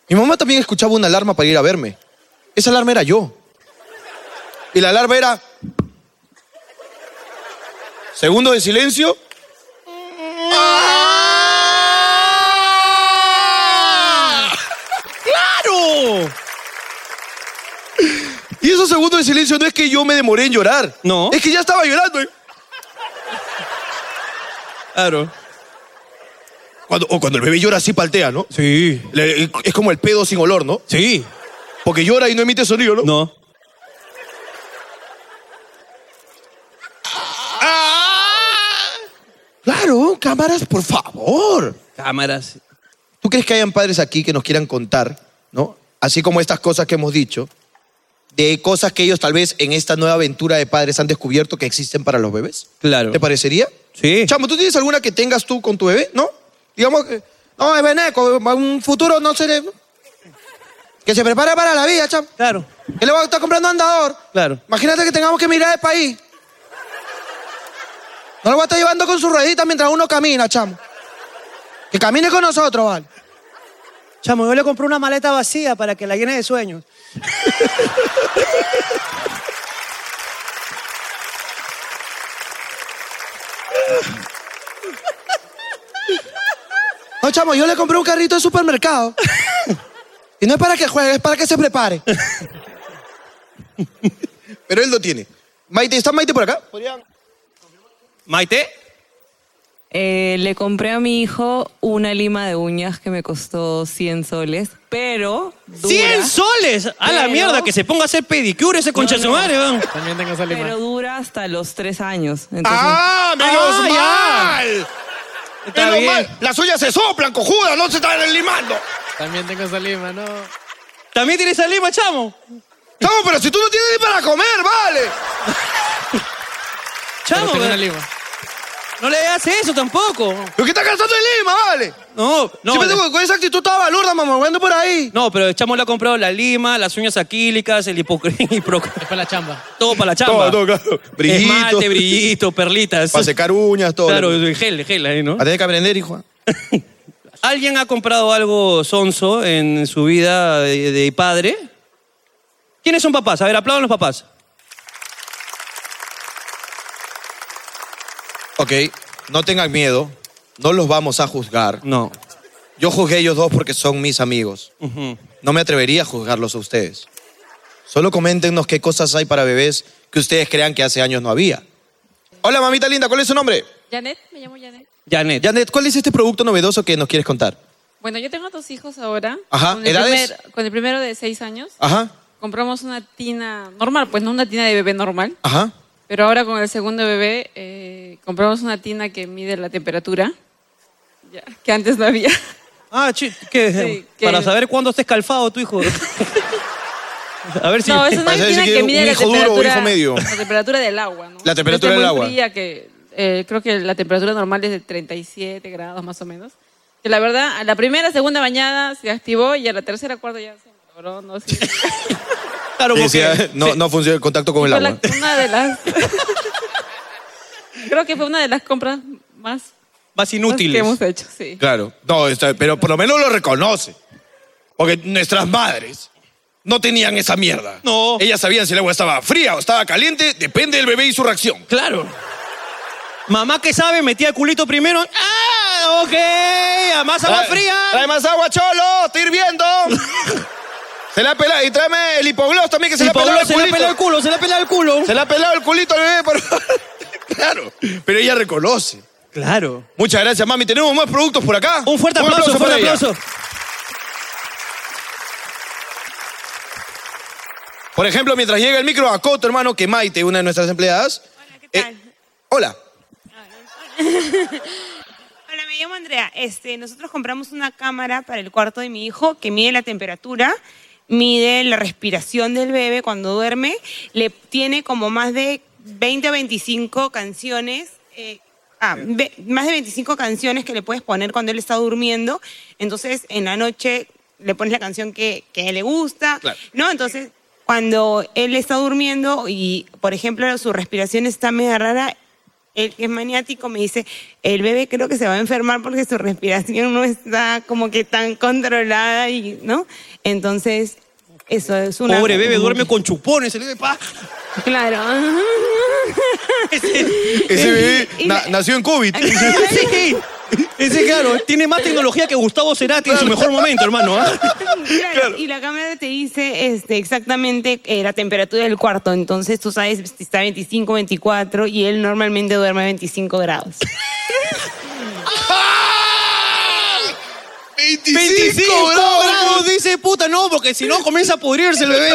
Mi mamá también escuchaba una alarma para ir a verme. Esa alarma era yo. Y la alarma era... Segundo de silencio.
¡Claro!
Y esos segundos de silencio no es que yo me demoré en llorar.
No.
Es que ya estaba llorando. ¿eh?
Claro.
Cuando, o cuando el bebé llora así paltea, ¿no?
Sí.
Le- es como el pedo sin olor, ¿no?
Sí.
Porque llora y no emite sonido, ¿no?
No.
¡Ah! Claro, cámaras, por favor.
Cámaras.
¿Tú crees que hayan padres aquí que nos quieran contar, ¿no? Así como estas cosas que hemos dicho, de cosas que ellos tal vez en esta nueva aventura de padres han descubierto que existen para los bebés.
Claro.
¿Te parecería?
Sí.
Chamo, ¿tú tienes alguna que tengas tú con tu bebé? ¿No? Digamos que. No, es veneco, un futuro no seré. Que se prepara para la vida, chamo.
Claro.
Que le va a estar comprando andador.
Claro.
Imagínate que tengamos que mirar el país. No lo va a estar llevando con su ruedita mientras uno camina, chamo. Que camine con nosotros, vale.
Chamo, yo le compré una maleta vacía para que la llene de sueños.
No, chamo, yo le compré un carrito de supermercado. Y no es para que juegue, es para que se prepare. Pero él lo tiene. Maite, ¿está Maite por acá?
Maite.
Eh, le compré a mi hijo una lima de uñas que me costó 100 soles, pero... dura,
¡100 soles! A la
Pero-
mierda, que se ponga a hacer pedicure ese concha de su madre, weón.
También tengo esa
Pero dura hasta los 3 años. Entonces,
Ah,
Ah,
menos
Ah, mal!
Está Menos bien. mal.
Las suyas se soplan, cojudas, no se están limando.
También tengo esa lima, ¿no?
¿También tienes esa lima, chamo?
Chamo, pero si tú no tienes ni para comer, vale.
Chamo, weón. no le hagas eso tampoco.
Lo que está cansando es Lima, vale.
No, no.
Siempre tengo- con esa actitud estaba balurda, mamá, jugando por ahí.
No, pero el chamo le ha comprado la lima, las uñas aquílicas, el hipocrítico.
para la chamba.
Todo para la chamba.
claro.
Esmalte, brillito, perlitas.
Para secar uñas, todo. Ah,
Claro, gel, gel ahí, ¿no?
Va a tener que aprender, hijo.
¿Alguien ha comprado algo sonso en su vida de, de padre? ¿Quiénes son papás? A ver, aplaudan los papás.
Ok, no tengan miedo, no los vamos a juzgar.
No.
Yo juzgué a ellos dos porque son mis amigos.
Ujú.
No me atrevería a juzgarlos a ustedes. Solo coméntenos qué cosas hay para bebés que ustedes crean que hace años no había. Hola, mamita linda, ¿cuál es su nombre?
Janet, me llamo Janet.
Janet.
Janet, ¿cuál es este producto novedoso que nos quieres contar?
Bueno, yo tengo dos hijos ahora.
Ajá,
con el,
¿edades?
primer- con el primero de seis años.
Ajá,
Compramos una tina normal, pues no una tina de bebé normal.
ajá.
Pero ahora con el segundo bebé eh, compramos una tina que mide la temperatura, ya, que antes no había.
Ah, chi- ¿qué?
Sí, que-
Para saber cuándo está escalfado tu hijo. a ver si...
No, es una
Parece
tina
que
que,
un
mide la
hijo duro o
temperatura,
hijo medio.
la temperatura del agua, ¿no?
La temperatura
No
del
está muy
agua.
fría, que eh, creo que la temperatura normal es de 37 grados más o menos. Que la verdad, a la primera, segunda bañada se activó y a la tercera, cuarta ya se logró, no sé.
Claro,
Sí,
porque-
sí, ah, no, no funciona el contacto con el
Fue la-
agua.
una de las... creo que fue una de las compras más
Más
más que
inútiles.
hemos hecho, sí.
Claro. No, está- pero por lo menos lo reconoce. Porque nuestras madres no tenían esa mierda.
No.
Ellas sabían si el agua estaba fría o estaba caliente, depende del bebé y su reacción.
Claro. Mamá que sabe, metía el culito primero. ¡Ah! ¡Ok! ¡A más agua
Trae-
fría!
Trae más agua, cholo, está hirviendo. se la ha pelado. Y tráeme el hipogloss también, que
Sí,
se le ha
Pablo,
pelado el
se le ha pelado el
culito.
culo, se le ha pelado el culo.
Se le ha pelado el culito al bebé, por favor. claro, pero ella reconoce.
Claro.
Muchas gracias, mami. ¿Tenemos más productos por acá?
Un fuerte aplauso, fuerte
para ella.
aplauso.
Por ejemplo, mientras llega el micro, acoto, hermano, que Maite, una de nuestras empleadas...
Hola, ¿qué
eh,
tal?
hola.
Hola, me llamo Andrea. Este, nosotros compramos una cámara para el cuarto de mi hijo que mide la temperatura, mide la respiración del bebé cuando duerme, le tiene como más de 20 o 25 canciones. eh, ah, ve- más de 25 canciones que le puedes poner cuando él está durmiendo. Entonces, en la noche le pones la canción que, que a él le gusta,
Claro.
¿no? Entonces, cuando él está durmiendo y, por ejemplo, su respiración está media rara, el que es maniático me dice, el bebé creo que se va a enfermar porque su respiración no está como que tan controlada y, ¿no? Entonces, eso es una...
Pobre bebé, duerme con chupones. El bebé, pa.
Claro.
Ese bebé
Y
na-
la-
nació en COVID.
Sí. Ese, claro, tiene más tecnología que Gustavo Cerati en su mejor momento, hermano. ¿ah?
Claro, Y la cámara te dice este, exactamente eh, la temperatura del cuarto. Entonces tú sabes si está 25, 24 y él normalmente duerme a 25 grados.
25,
25
grados.
grados, dice puta, no, porque si no comienza a pudrirse el bebé.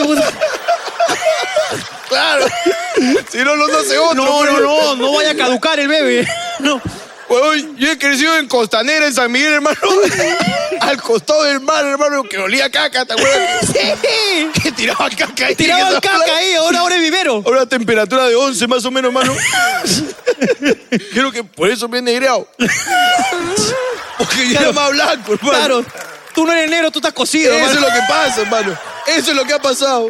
Claro. Si no, los hace otro.
No,
pero-
no, no, no vaya a caducar el bebé. No.
Huevón, yo he crecido en Costanera, en San Miguel, hermano. Al costado del mar, hermano, que olía a caca, ¿te acuerdas?
Sí.
Que tiraba caca ahí.
Tiraba
que
el caca ahí, ahora, ahora es vivero.
A una temperatura de 11 más o menos, hermano. Creo que por eso me he negreado. Porque yo era más blanco, pues, hermano.
Claro, tú no eres negro, tú estás cocido,
Eso es
hermano.
lo que pasa, hermano. Eso es lo que ha pasado.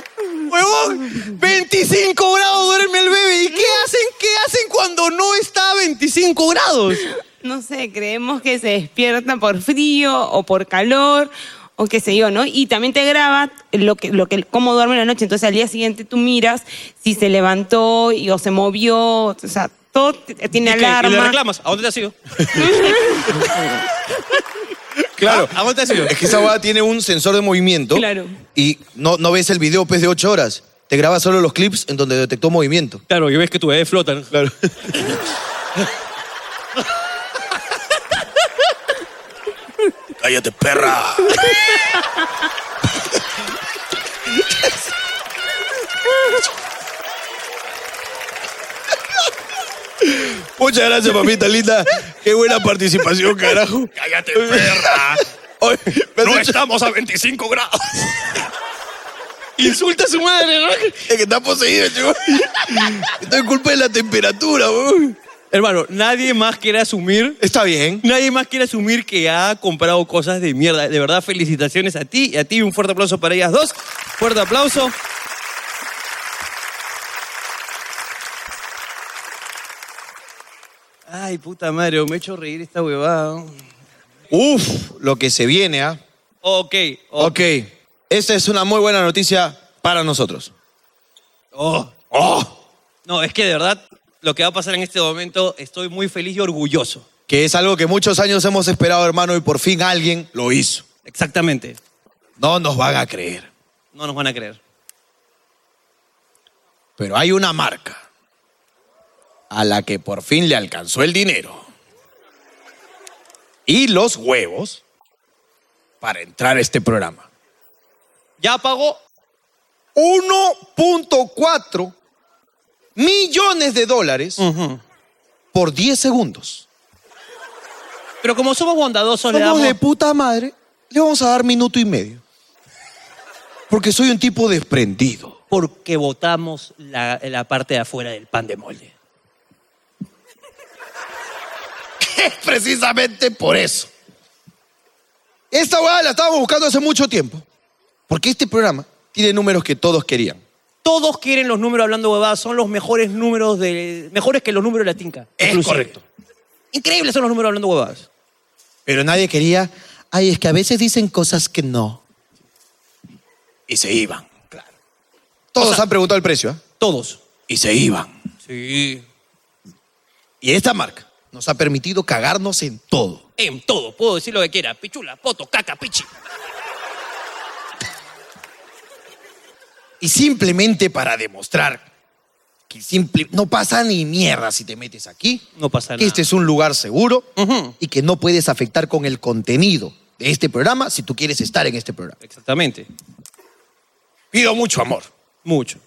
¡Huevón! 25 grados duerme el bebé. ¿Y qué hacen? ¿Qué hacen cuando no está a 25 grados?
No sé, creemos que se despierta por frío o por calor o qué sé yo, ¿no? Y también te graba lo que, lo que, cómo duerme en la noche. Entonces al día siguiente tú miras si se levantó y, o se movió. O sea, todo t- tiene
¿Y qué? ¿Y le
alarma.
reclamas? ¿A dónde te has ido?
Claro.
¿A dónde te has ido?
Es que esa hueá tiene un sensor de movimiento.
Claro.
Y no, no ves el video pues, de 8 horas. Te graba solo los clips en donde detectó movimiento.
Claro, y ves que tu bebé flota. ¿no?
Claro. Cállate, perra. Muchas gracias, papita linda. Qué buena participación, carajo. Cállate, perra. no estamos a 25 grados.
Insulta a su madre, ¿no?
Es que está poseído, chico. Esto es culpa de la temperatura, weón.
Hermano, nadie más quiere asumir.
Está bien.
Nadie más quiere asumir que ha comprado cosas de mierda. De verdad, felicitaciones a ti y a ti. Un fuerte aplauso para ellas dos. Fuerte aplauso. Ay, puta madre, me he hecho reír esta huevada.
Uf, lo que se viene, ¿ah?
Ok.
Ok. Esta es una muy buena noticia para nosotros.
Oh.
Oh.
No, es que de verdad, lo que va a pasar en este momento, estoy muy feliz y orgulloso.
Que es algo que muchos años hemos esperado, hermano, y por fin alguien lo hizo.
Exactamente.
No nos van a creer.
No nos van a creer.
Pero hay una marca a la que por fin le alcanzó el dinero y los huevos para entrar a este programa.
Ya pagó
1.4 millones de dólares por 10 segundos.
Pero como somos bondadosos, le
Somos
damos...
de puta madre, le vamos a dar minuto y medio. Porque soy un tipo desprendido.
Porque votamos la, la parte de afuera del pan de molde.
Es precisamente por eso. Esta hueá la estábamos buscando hace mucho tiempo. Porque este programa tiene números que todos querían.
Todos quieren los números hablando huevadas, son los mejores números de. mejores que los números de la tinca.
Es
inclusive.
correcto.
Increíbles son los números hablando huevadas.
Pero nadie quería. Ay, es que a veces dicen cosas que no. Y se iban, claro. Todos han preguntado el precio, ¿ah?
Todos.
Y se iban.
Sí.
Y esta marca nos ha permitido cagarnos en todo.
En todo, puedo decir lo que quiera. Pichula, poto, caca, pichi.
Y simplemente para demostrar que simple, no pasa ni mierda si te metes aquí.
No pasa
que
nada.
este es un lugar seguro y que no puedes afectar con el contenido de este programa si tú quieres estar en este programa.
Exactamente.
Pido mucho amor.
Mucho.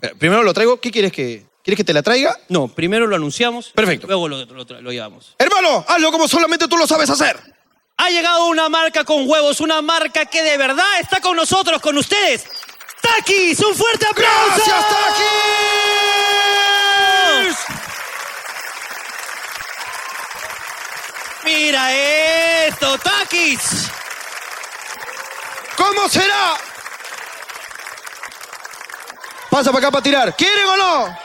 Eh, Primero lo traigo. ¿Qué quieres que quieres que te la traiga?
No, primero lo anunciamos.
Perfecto.
Luego lo, lo tra- lo llevamos.
Hermano, hazlo como solamente tú lo sabes hacer.
Ha llegado una marca con huevos, una marca que de verdad está con nosotros, con ustedes. ¡Takis! ¡Un fuerte aplauso!
¡Gracias, Takis!
¡Mira esto, Takis!
¿Cómo será? Pasa para acá para tirar. ¿Quieren o no?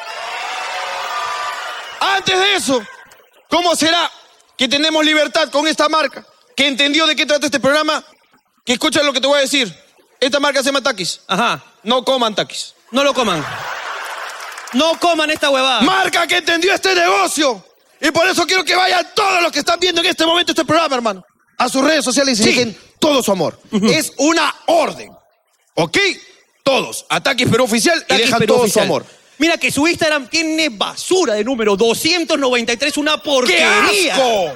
Antes de eso, ¿cómo será que tenemos libertad con esta marca? Que entendió de qué trata este programa. Que escucha lo que te voy a decir. Esta marca se llama Takis.
Ajá,
No coman Takis.
no lo coman. No coman esta huevada.
Marca que entendió este negocio. Y por eso quiero que vayan todos los que están viendo en este momento este programa, hermano. A sus redes sociales y se dejen todo su amor.
Mm.
Es una orden. ¿Ok? Todos. Ataques pero oficial y
Takis,
dejan
pero
todo
oficial.
su amor.
Mira que su Instagram tiene basura de número 293, una
¡Qué
porquería.
asco!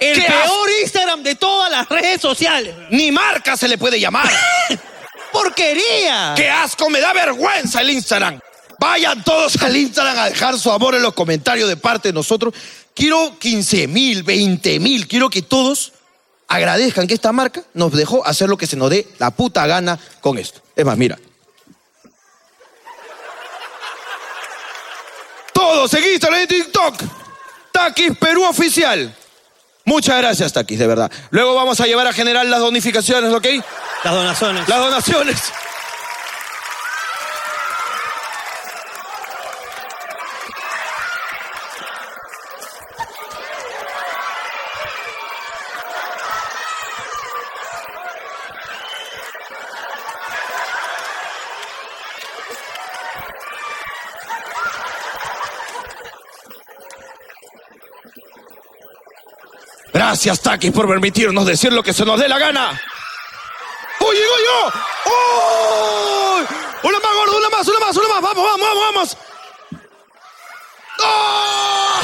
El
¡Qué
peor Instagram de todas las redes sociales.
Ni marca se le puede llamar.
¡Porquería!
¡Qué asco! Me da vergüenza el Instagram. Vayan todos al Instagram a dejar su amor en los comentarios de parte de nosotros. Quiero 15 mil, 20 mil. Quiero que todos agradezcan que esta marca nos dejó hacer lo que se nos dé la puta gana con esto. Es más, mira. Todos en Instagram y TikTok. Takis Perú Oficial. Muchas gracias, Takis, de verdad. Luego vamos a llevar a generar las donificaciones, ¿ok?
Las donaciones.
Las donaciones. Gracias, Takis, por permitirnos decir lo que se nos dé la gana. ¡Oh, llegó yo! ¡Oh! ¡Una más, gordo! ¡Una más, una más, una más! ¡Vamos, vamos, vamos, vamos! ¡Oh!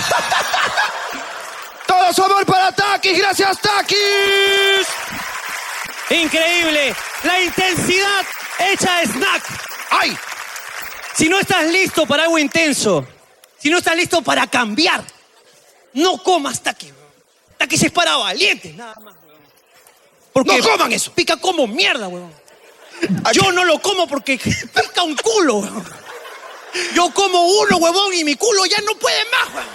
¡Todo su amor para Takis! ¡Gracias, Takis!
Increíble. La intensidad hecha snack.
¡Ay!
Si no estás listo para algo intenso, si no estás listo para cambiar, no comas taquis. Taquis es para valientes, nada más. huevón. Porque
¡No coman eso!
Pica como mierda, huevón. Yo no lo como porque pica un culo, huevón. Yo como uno, huevón, y mi culo ya no puede más, huevón.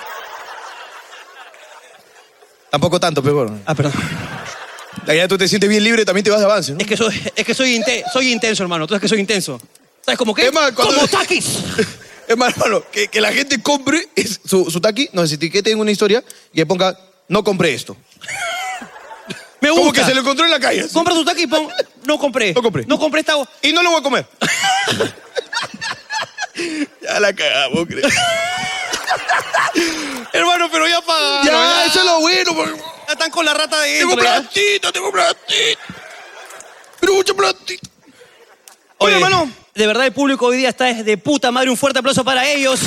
Tampoco tanto, pero
Ah, perdón.
La idea tú te sientes bien libre, también te vas de avance, ¿no?
Es que soy, es que soy, inte- soy intenso, hermano. Tú sabes que soy intenso. ¿Sabes cómo qué?
Es más, cuando-
Como taquis.
Es más, hermano, que, que la gente compre es- su, su Taki, nos etiquete en una historia y le ponga, no compré esto.
Me Me gusta.
Como que se lo encontró en la calle.
Compra tu taco y pon. No compré. No compré. No compré esta.
Y no lo voy a comer. ya la cagamos, creo.
Hermano, pero ya paga.
Ya, eso es lo bueno. porque-
Ya están con la rata de
Tengo platita, tengo platita. Pero mucha platita.
Oye, hermano. De verdad, el público hoy día está de puta madre. Un fuerte aplauso para ellos.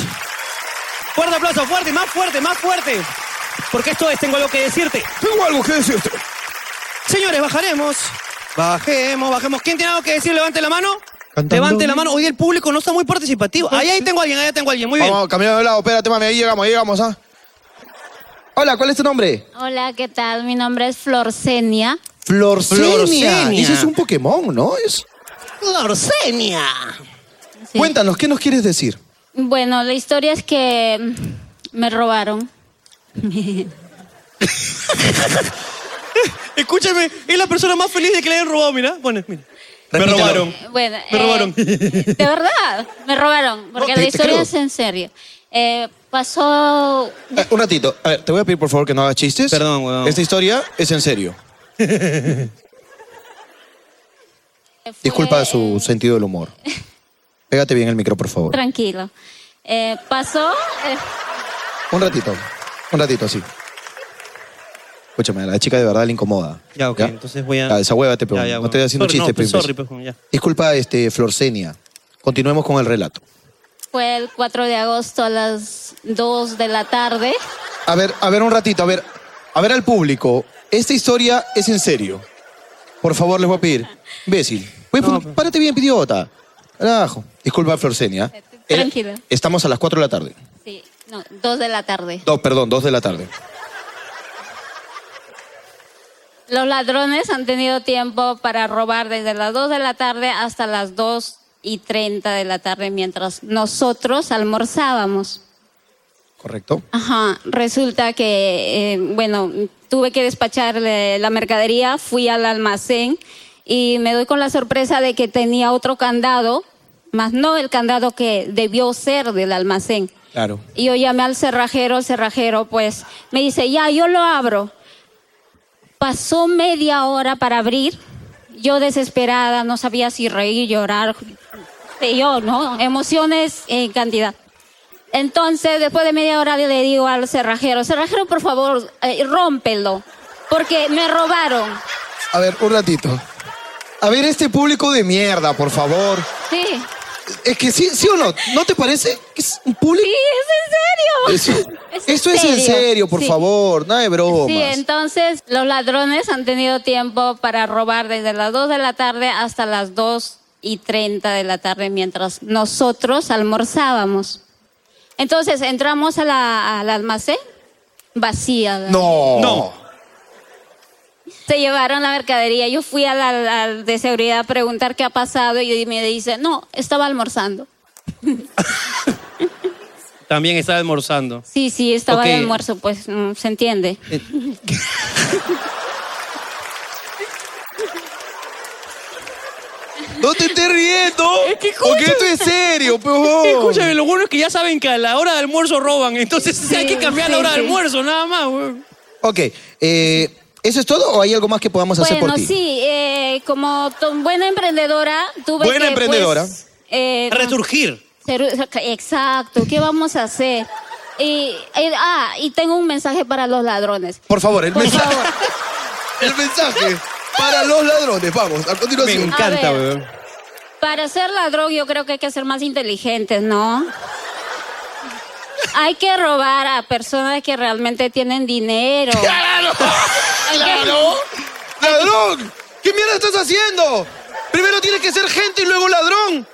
Fuerte aplauso, fuerte, más fuerte, más fuerte. Porque esto es, tengo algo que decirte.
Tengo algo que decirte.
Señores, bajaremos. Bajemos, bajemos. ¿Quién tiene algo que decir? Levante la mano. Levante la mano. Hoy el público no está muy participativo. Ahí, ahí tengo a alguien, ahí tengo a alguien. Muy bien.
Vamos, cambiando de lado, espérate, mami, ahí llegamos, ahí llegamos, ¿ah? Hola, ¿cuál es tu nombre?
Hola, ¿qué tal? Mi nombre es Florcenia.
Florcenia.
Florcenia.
Ese es un Pokémon, ¿no? Es...
Florcenia.
Cuéntanos, ¿qué nos quieres decir?
Bueno, la historia es que mm, me robaron.
Escúchame, es la persona más feliz de que le hayan robado, mira. Bueno, mira. Me robaron.
Bueno,
Me
eh,
robaron.
De verdad, me robaron, porque
te-
la
te
historia
creo.
es en serio. Eh, pasó...
Eh, un ratito, a ver, te voy a pedir por favor que no hagas chistes. Perdón, weón. Esta historia es en serio. Disculpa su sentido del humor. Pégate bien el micro, por favor.
Tranquilo. Eh, pasó... eh,
Un ratito, un ratito, así. Escúchame, a la chica de verdad le incomoda.
Ya, ok,
¿Ya?
entonces voy a.
Ah, esa hueva te pegó.
Ya, ya,
no te estoy
bueno.
haciendo
Sorry, no,
chistes,
pues,
pero
sorry, pues, como ya.
Disculpa, este, Florcenia. Continuemos con el relato.
Fue el 4 de agosto a las 2 de la tarde.
A ver, a ver un ratito, a ver, a ver al público. Esta historia es en serio. Por favor, les voy a pedir. Imbécil. Pues, Párate bien, idiota. Carajo. Disculpa, Florcenia. Eh,
Tranquilo.
Estamos a las 4 de la tarde.
Sí, no, 2 de la tarde.
Dos, perdón, 2 de la tarde.
Los ladrones han tenido tiempo para robar desde las 2 de la tarde hasta las 2 y 30 de la tarde mientras nosotros almorzábamos.
Correcto.
Ajá, resulta que, eh, bueno, tuve que despachar eh, la mercadería, fui al almacén y me doy con la sorpresa de que tenía otro candado, más no el candado que debió ser del almacén.
Claro.
Y yo llamé al cerrajero, el cerrajero pues me dice, ya, yo lo abro. Pasó media hora para abrir, yo desesperada, no sabía si reír, llorar, sé yo, ¿no? Emociones en cantidad. Entonces, después de media hora le digo al cerrajero, cerrajero, por favor, eh, rómpelo, porque me robaron.
A ver, un ratito. A ver, este público de mierda, por favor.
Sí.
Es que sí, sí o no, ¿no te parece que es un público?
Sí, es en serio. Es en
Esto es en
serio,
serio, por
sí.
favor, nada de bromas.
Sí, entonces los ladrones han tenido tiempo para robar desde las 2 de la tarde hasta las 2 y 30 de la tarde mientras nosotros almorzábamos. Entonces entramos a la- al almacén vacía. la-
No.
Se llevaron la mercadería. Yo fui al, al- al de seguridad a preguntar qué ha pasado y me dice, no, estaba almorzando.
También estaba almorzando.
Sí, sí, estaba
Ok.
de almuerzo, pues mm, se entiende.
Eh, No te estés riendo.
Porque
esto es serio, peón.
Escúchame, lo bueno es que ya saben que a la hora de almuerzo roban. Entonces hay que cambiar la
sí,
hora de
sí.
almuerzo, nada más, weón.
Ok, eh, ¿eso es todo o hay algo más que podamos hacer
Bueno,
por ti?
sí, eh, como to- buena emprendedora, tuve
Buena
que,
emprendedora.
pues, eh,
Resurgir.
ser- Exacto, ¿qué vamos a hacer? Y, eh, ah, y tengo un mensaje para los ladrones.
Por favor, el
Por
mensaje.
favor.
El mensaje para los ladrones. Vamos, a continuación.
Me encanta, A ver.
weón.
Para ser ladrón yo creo que hay que ser más inteligentes, ¿no? Hay que robar a personas que realmente tienen dinero.
¡Claro! ¡Ladrón! ¿Qué mierda estás haciendo? Primero tienes que ser gente y luego ladrón.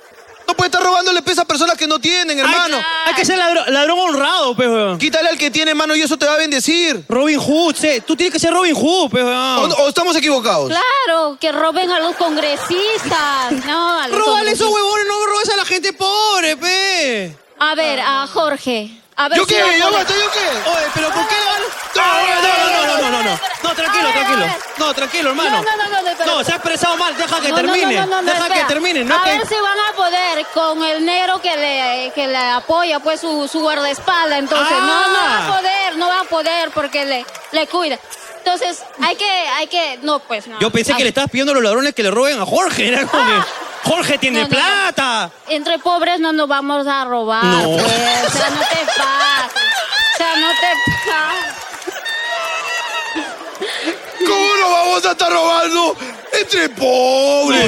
No puedes estar robándole pesa a personas que no tienen, hermano.
Hay que ser ladrón, ladrón honrado, pues, weón.
Quítale al que tiene, hermano, y eso te va a bendecir.
Robin Hood, sí. tú tienes que ser Robin Hood, pues,
¿O,
weón.
o estamos equivocados?
Claro, que roben a los congresistas, ¿no? A los
Róbale esos
congresistas.
huevones, no robes a la gente pobre, pe.
A ver, a Jorge. A ver
¿Yo
si
qué?
va a
¿Yo
poder-
mato? ¿Yo qué? Oye, pero ¿por qué le van? No, no, no, no, no, no, no. No, tranquilo, tranquilo. No, tranquilo,
No,
hermano.
no, no, no, no, espera.
No, se ha expresado mal, deja
No,
que
no,
termine.
no, no, no,
Deja que
espera.
termine, no
a
es
ver
que
si van a joder con el negro que le, que le apoya, pues su, su guardaespaldas. Entonces, no, no
Ah.
va a poder, no va a poder porque le, le cuida. Entonces, hay que, hay que, no, pues no.
Yo pensé que le estabas pidiendo a los ladrones que le roben a Jorge. Era como que, Jorge tiene
No, no, no.
plata.
Entre pobres no nos vamos a robar.
No.
pues. O sea, no te pases. O sea, no te pases.
¿Cómo nos vamos a estar robando entre pobres?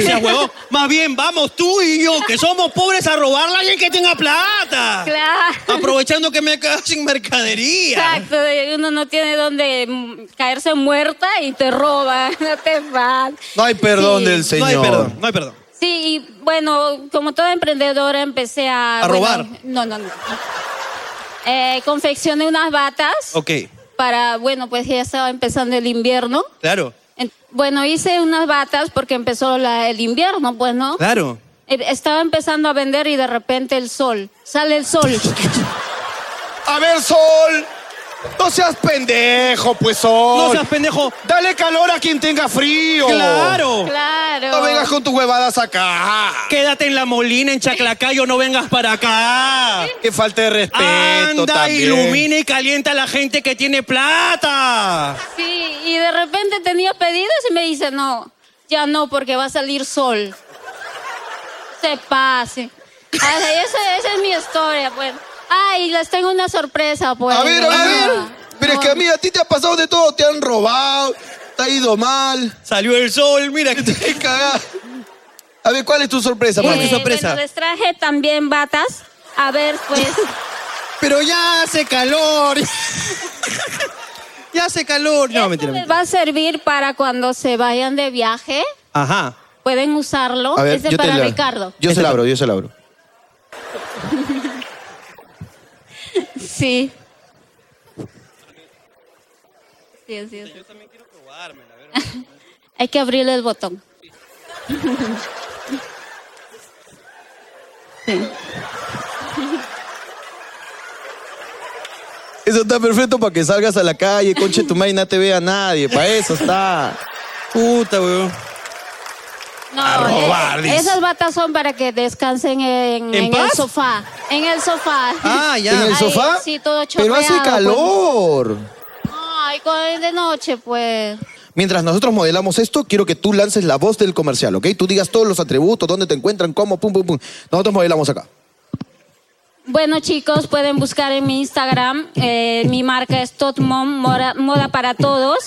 No seas huevón. Más bien, vamos tú y yo, que somos pobres, a robarle a alguien que tenga plata.
Claro.
Aprovechando que me he quedado sin mercadería.
Exacto, de- uno no tiene donde mm, caerse muerta y te roba, no te pases.
No hay perdón del Señor.
No hay perdón, no hay perdón.
Sí, y bueno, como toda emprendedora empecé a...
A
bueno,
robar.
No, no, no. Eh, confeccioné unas batas
Ok,
para, bueno, pues ya estaba empezando el invierno.
claro,
En- Bueno, hice unas batas porque empezó la- el invierno, pues, ¿no?
claro.
Eh, Estaba empezando a vender y de repente el sol. Sale el sol.
A ver, Sol. No seas pendejo, pues, Sol.
No seas pendejo.
Dale calor a quien tenga frío.
Claro.
Claro.
No vengas con tus huevadas acá.
Quédate en la molina, en Chaclacayo, no vengas para acá.
Qué falta de respeto
Anda,
también.
ilumina y calienta a la gente que tiene plata.
Sí, y de repente tenía pedidos y me dice, no, ya no, porque va a salir sol. Se pase. O sea, esa, esa es mi historia, pues. Ay, les tengo una sorpresa, pues.
A ver, a ver. Pero es que a mí a ti te ha pasado de todo. Te han robado, te ha ido mal.
Salió el sol, mira.
Te cagado.
A ver, ¿cuál es tu sorpresa,
Eh,
Martín?
bueno, les traje también batas. A ver, pues.
Pero ya hace calor. ya hace calor. No, mentira,
les
mentira.
va a servir para cuando se vayan de viaje.
Ajá.
Pueden usarlo.
A ver,
Oh, es de
yo te
para
la-
Ricardo.
Yo se la abro, yo se la abro.
Sí. Sí, así es. Hay que abrirle el botón. Sí.
Eso está perfecto para que salgas a la calle, conche tu madre y no te vea nadie. Para eso está.
Puta, weón.
No,
A robar,
eh,
dice.
esas batas son para que descansen en,
¿En
en el
paz?
sofá. En el sofá.
Ah, ya.
¿En el
Ahí,
sofá?
sí, todo
Pero hace
chorreado,
calor.
pues. Ay, cuando es de noche, pues.
Mientras nosotros modelamos esto, quiero que tú lances la voz del comercial, ¿ok? Tú digas todos los atributos, dónde te encuentran, cómo, pum, pum, pum. Nosotros modelamos acá.
Bueno, chicos, pueden buscar en mi Instagram. eh, mi marca es Tot Mom, Mora- Moda para Todos.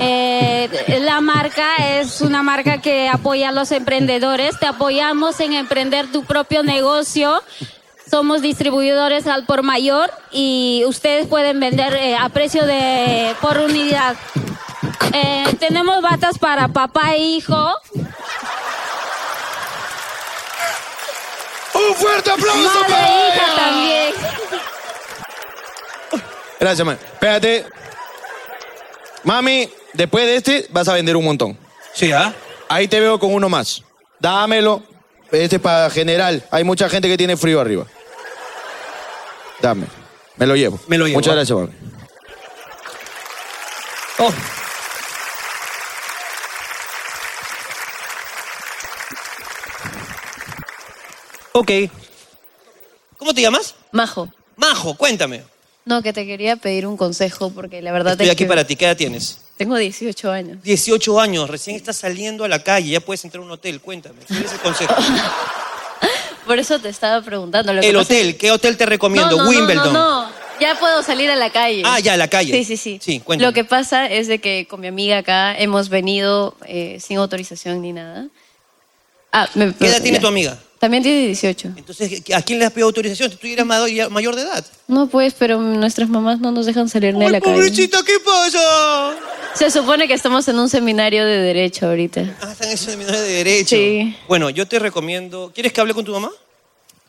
Eh, la marca es una marca que apoya a los emprendedores. Te apoyamos en emprender tu propio negocio. Somos distribuidores al por mayor y ustedes pueden vender eh, a precio de por unidad. Eh, tenemos batas para papá e hijo.
¡Un fuerte aplauso
Madre
para
e hija
ella!
también.
Gracias, man. Espérate. Mami, después de este vas a vender un montón.
Sí, ¿ah?
Ahí te veo con uno más. Dámelo. Este es para general. Hay mucha gente que tiene frío arriba. Dame. Me lo llevo.
Me lo llevo. ah.
Muchas gracias, mami.
Oh. Ok. ¿Cómo te llamas?
Majo,
Majo, cuéntame.
no, que te quería pedir un consejo porque la verdad
Estoy
es
aquí
que
para ti. ¿Qué edad tienes?
tengo 18 años.
18 años, recién estás saliendo a la calle, ya puedes entrar a un hotel. Cuéntame, ¿cuál es el consejo?
Por eso te estaba preguntando. Lo que
el
pasa es-
hotel, ¿qué hotel te
No,
recomiendo?
no, no,
Wimbledon.
No, no, ya puedo salir a la calle.
Ah, ya, a la calle.
Sí, sí, sí.
Sí, cuéntame.
Lo que pasa es de que con mi amiga acá hemos venido eh, sin autorización ni nada. Ah, me-
¿Qué edad tiene
ya.
tu amiga?
También tiene 18.
Entonces, ¿a quién le has pedido autorización? Si tú eras ma- ya mayor de edad.
No, pues, pero nuestras mamás no nos dejan salir ni a la calle.
Pobrecita, ¿qué pasa?
Se supone que estamos en un seminario de derecho ahorita.
Ah, están en ese seminario de derecho.
Sí.
Bueno, yo te recomiendo. ¿Quieres que hable con tu mamá?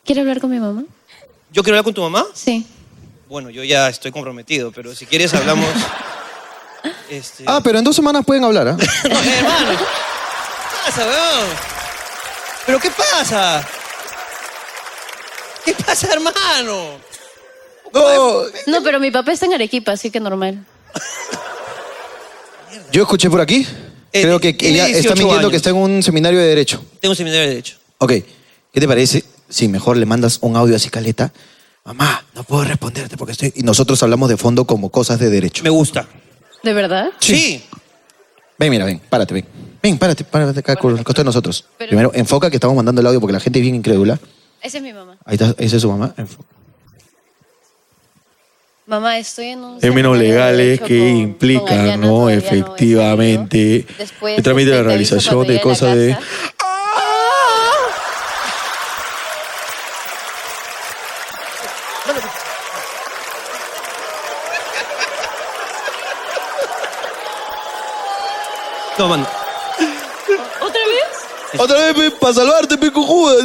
¿Quiere hablar con mi mamá?
¿Yo quiero hablar con tu mamá?
Sí.
Bueno, yo ya estoy comprometido, pero si quieres hablamos. este...
Ah, pero en dos semanas pueden hablar, ¿ah?
No, hermano. ¿Qué pasa, weón? ¿Pero qué pasa? ¿Qué pasa, hermano?
No,
No, pero mi papá está en Arequipa, así que normal.
yo escuché por aquí.
Eh,
Creo que
tiene
ella está
18
mintiendo
años.
que está en un seminario de derecho.
Tengo un seminario de derecho.
Ok. ¿Qué te parece si mejor le mandas un audio así caleta? Mamá, no puedo responderte porque estoy... Y nosotros hablamos de fondo como cosas de derecho.
Me gusta.
¿De verdad?
Sí.
Ven, mira, ven, párate, ven. Ven, párate, párate acá con al costado de nosotros. Primero, enfoca que estamos mandando el audio porque la gente es bien incrédula.
Esa es mi mamá.
Ahí está, esa es su mamá. Enfo-
Mamá, estoy en un...
Términos legales
hecho
que
con- con
implican,
Ariana
¿no?
todavía no he
Efectivamente,
Después
el trámite
te
de la
aviso
realización
cuando
de
llegue a la
cosas de...
casa.
No, manda.
¿Otra vez?
Otra vez pe, para salvarte, pe, cojuda.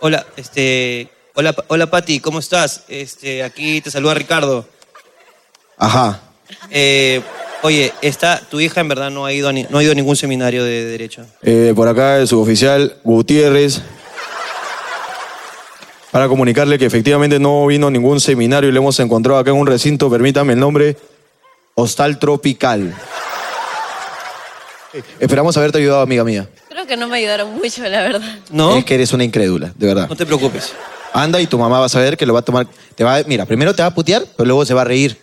Hola, este. Hola, Pa- hola Pati, ¿cómo estás? Este, aquí te saluda Ricardo.
Ajá.
Eh, oye, esta, tu hija en verdad no ha ido a, ni- no ha ido a ningún seminario de derecho.
Eh, por acá el suboficial Gutiérrez. Para comunicarle que efectivamente no vino a ningún seminario y lo hemos encontrado acá en un recinto, permítame el nombre, Hostal Tropical. Eh, Esperamos haberte ayudado, amiga mía.
Creo que no me ayudaron mucho, la verdad.
¿No?
Es que eres una incrédula, de verdad.
No te preocupes.
Anda y tu mamá va a saber que lo va a tomar. Te va, mira, primero te va a putear, pero luego se va a reír.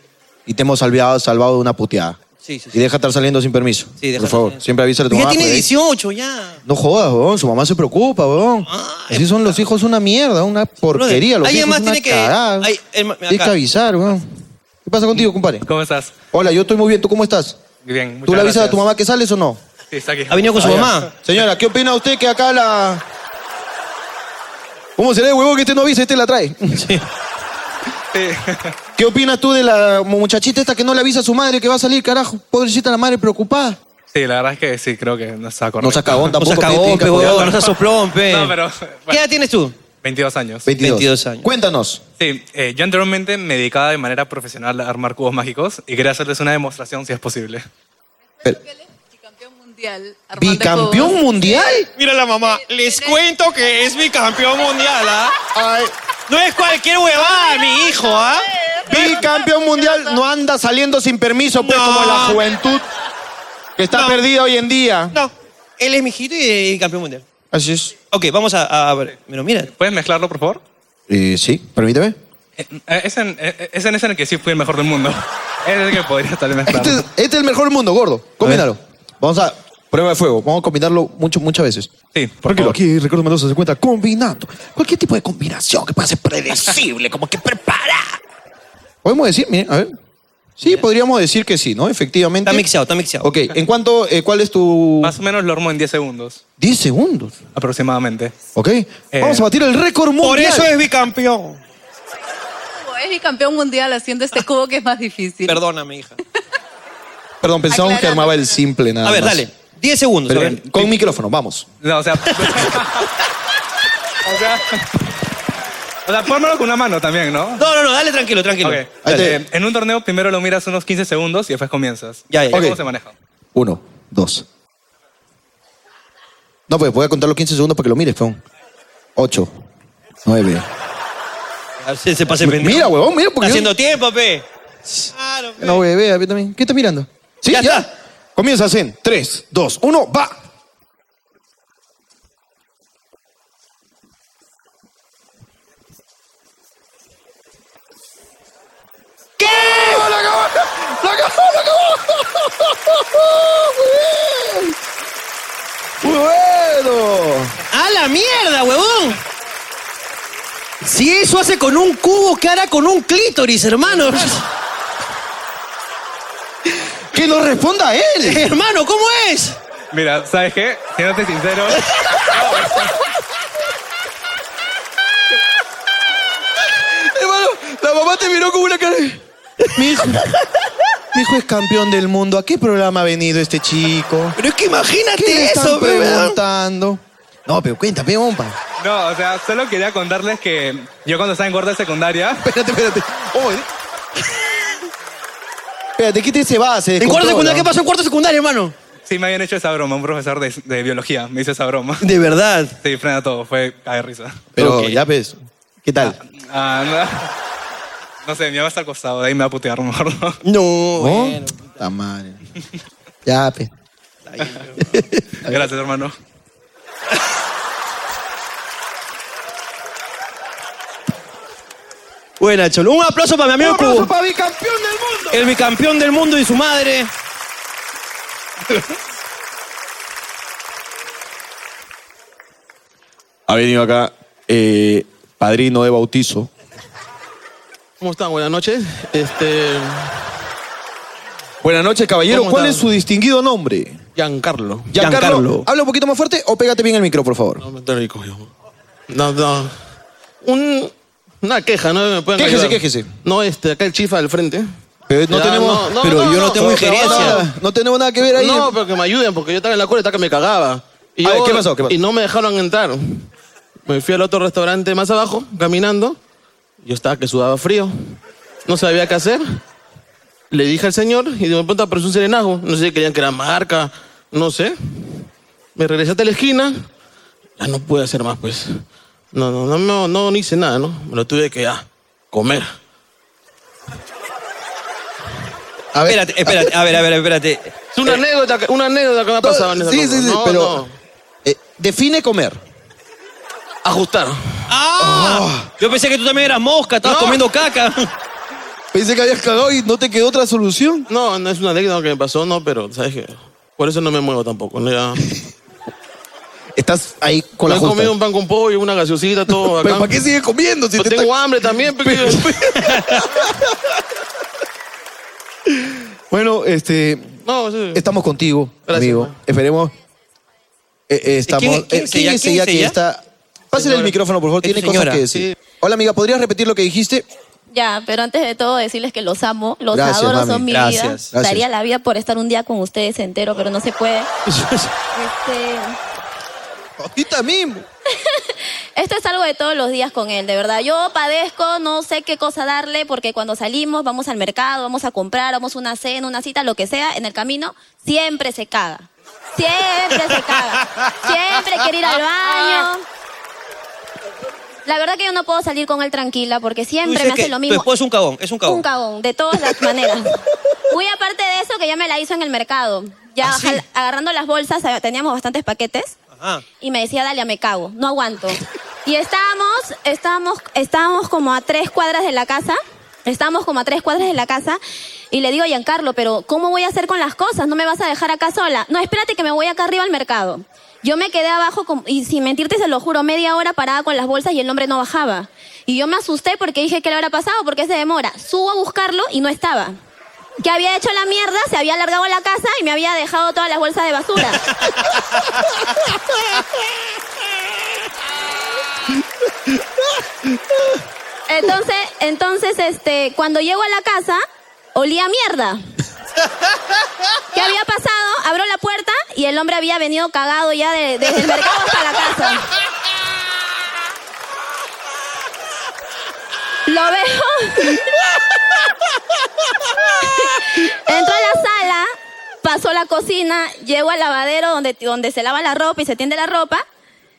Y te hemos salvado, salvado de una puteada.
Sí, sí,
Y deja estar saliendo sin permiso.
Sí, deja
por
estar
favor, siempre avísale a tu
Ya
mamá.
tiene
por ahí.
18, ya.
No jodas, weón. Su mamá se preocupa, weón. Así son los hijos una mierda, una porquería. Los
Ahí
hijos
además
una
tiene que.
cagada.
Ay, em- acá.
Tienes que avisar, weón. ¿Qué pasa contigo, compadre?
¿Cómo estás?
Hola, yo estoy muy bien. ¿Tú cómo estás?
Bien, muchas
¿Tú le avisas
gracias.
a tu mamá que sales o no?
Sí, está aquí.
Ah, ya. Señora, ¿qué opina usted que acá la... ¿Cómo será el huevo que este no avisa? Este la trae. ¿Qué opinas tú de la muchachita esta que no le avisa a su madre que va a salir, carajo? Pobrecita la madre preocupada.
Sí, la verdad es que sí, creo que no está correcto.
No seas cagón tampoco,
No seas
pe,
cagón,
te
pe,
encabronado.
huevón, no seas soplón, pe.
No,
pero...
¿Qué edad tienes tú?
22 años.
22. años. Cuéntanos.
Sí, eh, yo anteriormente me dedicaba de manera profesional a armar cubos mágicos y quería hacerles una demostración si es posible.
mundial.
¿Bicampeón mundial?
Mira la mamá, les cuento que es mi campeón mundial, ¿ah? No es cualquier huevada, mi hijo, ¿ah?
Bicampeón mundial no anda saliendo sin permiso, pues, como la juventud que está perdida hoy en día.
No, él es mi hijito y, y campeón mundial.
Así es.
Ok, vamos a, a ver. Pero mira.
¿Puedes mezclarlo, por favor?
sí, permíteme.
Eh, Es en, eh, es en ese en el que sí fui el mejor del mundo. Es el que podría estar mezclado.
Este, este es el mejor del mundo, gordo. Combínalo. Vamos a prueba de fuego. Vamos a combinarlo mucho, muchas veces.
Sí,
Porque aquí Ricardo Mendoza se cuenta combinando. Cualquier tipo de combinación que pueda ser predecible, como que prepara. Podemos decir, miren, a ver. Sí, podríamos decir que sí, ¿no? Efectivamente. Está
mixeado, está mixeado.
Ok, ¿en cuánto, eh, cuál es tu...?
Más o menos lo armo en 10 segundos.
10 segundos.
Aproximadamente.
Ok. Vamos a batir el récord mundial.
por eso es bicampeón.
Es bicampeón mundial haciendo este cubo que es más difícil.
Perdóname, hija.
Perdón, pensábamos que armaba el simple nada
A ver,
más.
dale. 10 segundos.
Pero
a ver.
Con micrófono, vamos.
No, o sea. o sea. O sea, pónmelo con una mano también, ¿no?
No, no, no, dale tranquilo, tranquilo.
Ok. Eh, en un torneo primero lo miras unos 15 segundos y después comienzas.
Ya, ya.
¿Cómo
Ok.
se maneja?
Uno, dos. No, pues voy a contar los 15 segundos para que lo mires, peón. Ocho, nueve.
A ver si se pase
Mi-
pendejo.
mira, huevón, mira,
Está
porque yo-
haciendo tiempo, pe.
No, bebé, a mí también. ¿Qué estás mirando? Sí, ya. Comienzas en tres, dos, uno, va.
¿Qué? ¡Lo acabó! ¡Lo acabó! ¡Lo acabó!
¡Muy bueno!
¡A la mierda, huevón! Si eso hace con un cubo, ¿qué hará con un clítoris, hermanos?
¡Que nos responda él!
Hermano, ¿cómo es?
Mira, ¿sabes qué? Siéndote sincero.
Hermano, la mamá te miró con una cara. de- Mi hijo. Mi hijo es campeón del mundo. ¿A qué programa ha venido este chico?
Pero es que imagínate
¿Qué le están
eso, pe, weón?
preguntando? No, pero cuéntame, compa.
No, o sea, solo quería contarles que yo cuando estaba en gorda de secundaria.
Espérate, espérate. Espérate, ¿qué te se va? Se
¿En cuarto
descontrola.
secundario? ¿Qué pasó en cuarto secundario, hermano?
Sí, me habían hecho esa broma. Un profesor de, de biología me hizo esa broma.
¿De verdad?
Sí, frena todo. Fue caer risa.
Pero ya ves, ¿qué tal?
Ah, no. no sé, mi mamá está al costado. De ahí me va a putear, mejor no.
No. La madre. Ya, pues. pe.
Gracias, hermano.
Buena, Cholo. Un aplauso para mi amigo Cubo.
para bicampeón del mundo!
El bicampeón del mundo y su madre.
Ha venido acá eh, padrino de bautizo.
¿Cómo están? Buenas noches. Este,
Buenas noches, caballero.
¿Cómo
¿Cuál
están?
es su distinguido nombre?
Giancarlo.
Giancarlo.
Habla un poquito más fuerte o pégate bien el micro, por favor.
No, está rico, yo. No, no. Un- una queja, ¿no? Me pueden
Quéjese,
ayudar.
quéjese.
No, este, acá el chifa del frente.
Pero no tenemos- pero yo no tengo injerencia.
No, tenemos nada que ver ahí. No, pero que me ayuden, porque yo estaba en la cola y estaba que me cagaba. Y
A ver,
yo-
¿qué pasó? ¿Qué pasó?
Y no me dejaron entrar. Me fui al otro restaurante más abajo, caminando. Yo estaba que sudaba frío. No sabía qué hacer. Le dije al señor y de pronto apareció un serenajo. No sé si creían que era marca, no sé. Me regresé hasta la esquina. Ya no pude hacer más, pues. No, no, no, no, no, no hice nada, ¿no? Me lo tuve que ah, comer.
A
ver. Espérate, espérate, a ver, a ver, espérate. Eh,
Es una anécdota, que- una anécdota que me ha pasado en esa
Sí,
cosa.
sí, sí,
No,
pero.
no.
eh, define comer.
Ajustar.
¡Ah! Yo pensé que tú también eras mosca, estabas comiendo caca.
Pensé que habías cagado y no te quedó otra solución. No, no es una anécdota que me pasó, no, pero sabes que por eso no me muevo tampoco. ¿no? Ya.
Estás ahí con
Me
la
he
justa.
comido un pan con pollo, una gaseosita, todo acá.
Pero ¿para qué sigues comiendo? Si
Yo
te
tengo
está-
hambre también. porque-
Bueno, este.
No, sí.
Estamos contigo,
Gracias,
amigo. Esperemos. Eh, eh, estamos.
¿Quién- quién
eh,
es ella?
es
¿Quién
ella
es
que
ella?
está? Pásale el
Señora.
micrófono, por favor.
Es tu
Tiene cosas
señora.
que decir. Hola, amiga. ¿Podrías repetir lo que dijiste?
Ya, pero antes de todo decirles que los amo, los
Gracias,
adoro,
mami.
son mi
Gracias,
vida.
gracias.
Daría la vida por estar un día con ustedes entero, pero no se puede. Este,
Ahorita mismo.
esto es algo de todos los días con él, de verdad. Yo padezco, no sé qué cosa darle, porque cuando salimos, vamos al mercado, vamos a comprar, vamos a una cena, una cita, lo que sea, en el camino, siempre se caga. Siempre se caga. Siempre quiere ir al baño. La verdad que yo no puedo salir con él tranquila porque
Tú
siempre
dices
me hace
que
lo mismo.
Tu esposo es un cagón, es un cagón.
Un cagón, de todas las maneras. Muy aparte de eso, que ya me la hizo en el mercado. Ya
¿Ah,
jal- agarrando las bolsas, eh, teníamos bastantes paquetes.
Ajá.
Y me decía, Dalia, me cago, no aguanto. Y estábamos, estábamos, estábamos como a tres cuadras de la casa. Estábamos como a tres cuadras de la casa. Y le digo, Giancarlo, pero ¿cómo voy a hacer con las cosas? ¿No me vas a dejar acá sola? No, espérate que me voy acá arriba al mercado. Yo me quedé abajo con- y sin mentirte se lo juro, media hora parada con las bolsas y el hombre no bajaba. Y yo me asusté porque dije, ¿qué le habrá pasado? Porque se demora. Subo a buscarlo y no estaba. Que había hecho la mierda, se había alargado a la casa y me había dejado todas las bolsas de basura. Entonces, entonces, este, cuando llego a la casa, olía a mierda. ¿Qué había pasado? Abro la puerta y el hombre había venido cagado ya de- desde el mercado hasta la casa. Lo veo. Entro a la sala, paso a la cocina, llego al lavadero donde, donde se lava la ropa y se tiende la ropa.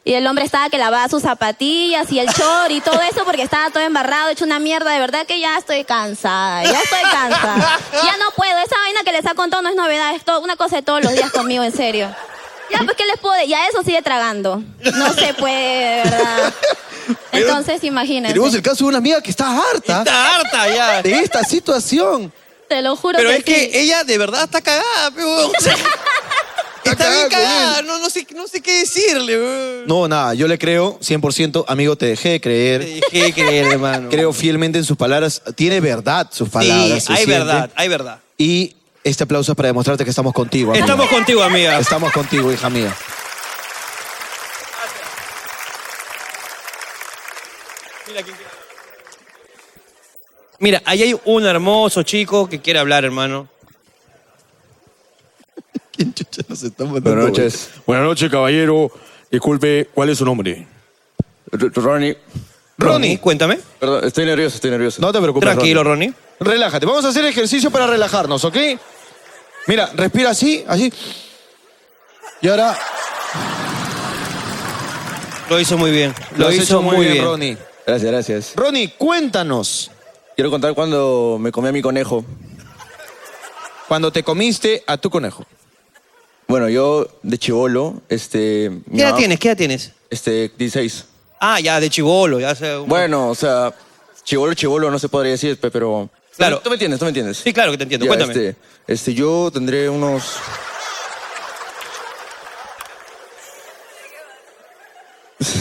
Y el hombre estaba que lavaba sus zapatillas y el short y todo eso porque estaba todo embarrado, hecho una mierda. De verdad que ya estoy cansada, ya estoy cansada. Ya no puedo, esa vaina que les ha contado no es novedad, es todo- una cosa de todos los días conmigo, en serio. Ya, pues, ¿qué les puedo de- Ya eso sigue tragando. No se puede, de verdad. Entonces, imagínense.
Tenemos el caso de una amiga que está harta.
Está harta ya.
De esta situación.
Te lo juro
Pero
que
es que ella de verdad está cagada, pe, weón. O sea, Está bien
cagada con
cagada, no, no, sé, no sé qué decirle, weón.
No, nada, yo le creo 100%, amigo, te dejé de creer. Te
dejé creer, hermano.
Creo fielmente en sus palabras. Tiene verdad sus palabras. se
hay
siente.
verdad, hay verdad.
Y este aplauso es para demostrarte que estamos contigo. amigo.
Estamos contigo, amiga.
Estamos contigo, hija mía.
Mira, ahí hay un hermoso chico que quiere hablar, hermano.
Buenas noches. Buenas noches, caballero. Disculpe, ¿cuál es su nombre? Ronnie.
Ronnie, cuéntame.
Perdón, estoy nervioso, estoy nervioso.
No te preocupes.
Tranquilo,
Ronnie. Relájate. Vamos a hacer ejercicio para relajarnos, ¿ok? Mira, respira así, así. Y ahora
Lo hizo muy bien. Lo,
has
hizo
hecho
muy bien.
Ronnie.
Gracias, gracias.
Ronnie, cuéntanos.
Quiero contar cuando me comí a mi conejo.
Cuando te comiste a tu conejo.
Bueno, yo de chivolo, este. mi
¿Qué edad
mamá-
tienes? ¿Qué edad tienes?
Este, 16.
Ah, ya, de chivolo, ya sé.
Bueno, o sea,
chivolo, chivolo, no se podría decir, pe- pero... Claro. Tú me entiendes, tú me entiendes.
Sí, claro que te entiendo.
Ya,
Cuéntame.
Este, este, yo tendré unos...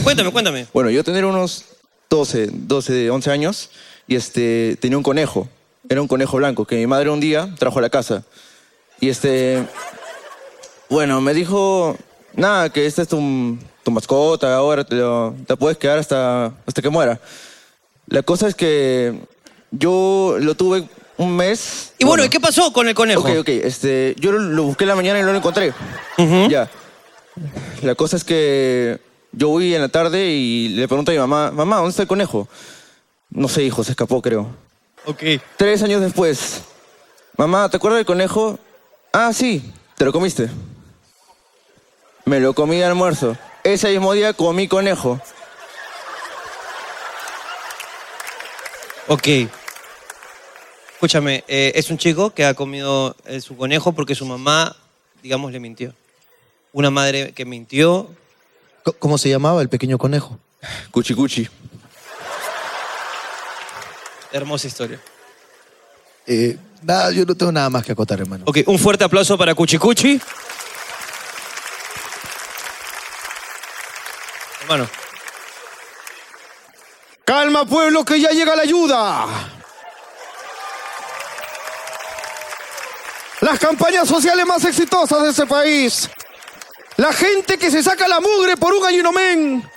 Cuéntame, cuéntame.
Bueno, yo tendré unos 12, 12, de 11 años y este, tenía un conejo. Era un conejo blanco que mi madre un día trajo a la casa. Y este... Bueno, me dijo, nada, que esta es tu, tu mascota, ahora te, lo- te la puedes quedar hasta, hasta que muera. La cosa es que yo lo tuve un mes.
Y bueno, ¿y qué pasó con el conejo?
Ok, ok, este, yo lo, lo busqué en la mañana y no lo encontré. Ya. La cosa es que yo voy en la tarde y le pregunto a mi mamá, mamá, ¿dónde está el conejo? No sé, hijo, se escapó, creo.
Ok.
Tres años después, mamá, ¿te acuerdas del conejo? Ah, sí, te lo comiste. Me lo comí de almuerzo. Ese mismo día comí conejo.
Ok. Escúchame, eh, es un chico que ha comido eh, su conejo porque su mamá, digamos, le mintió. Una madre que mintió.
C- ¿Cómo se llamaba el pequeño conejo?
Cuchi Cuchi.
Hermosa historia.
Eh, nada, yo no tengo nada más que acotar, hermano.
Ok, un fuerte aplauso para Cuchicuchi. Hermano.
Calma, pueblo, que ya llega la ayuda. Las campañas sociales más exitosas de este país. La gente que se saca la mugre por un ayunomén.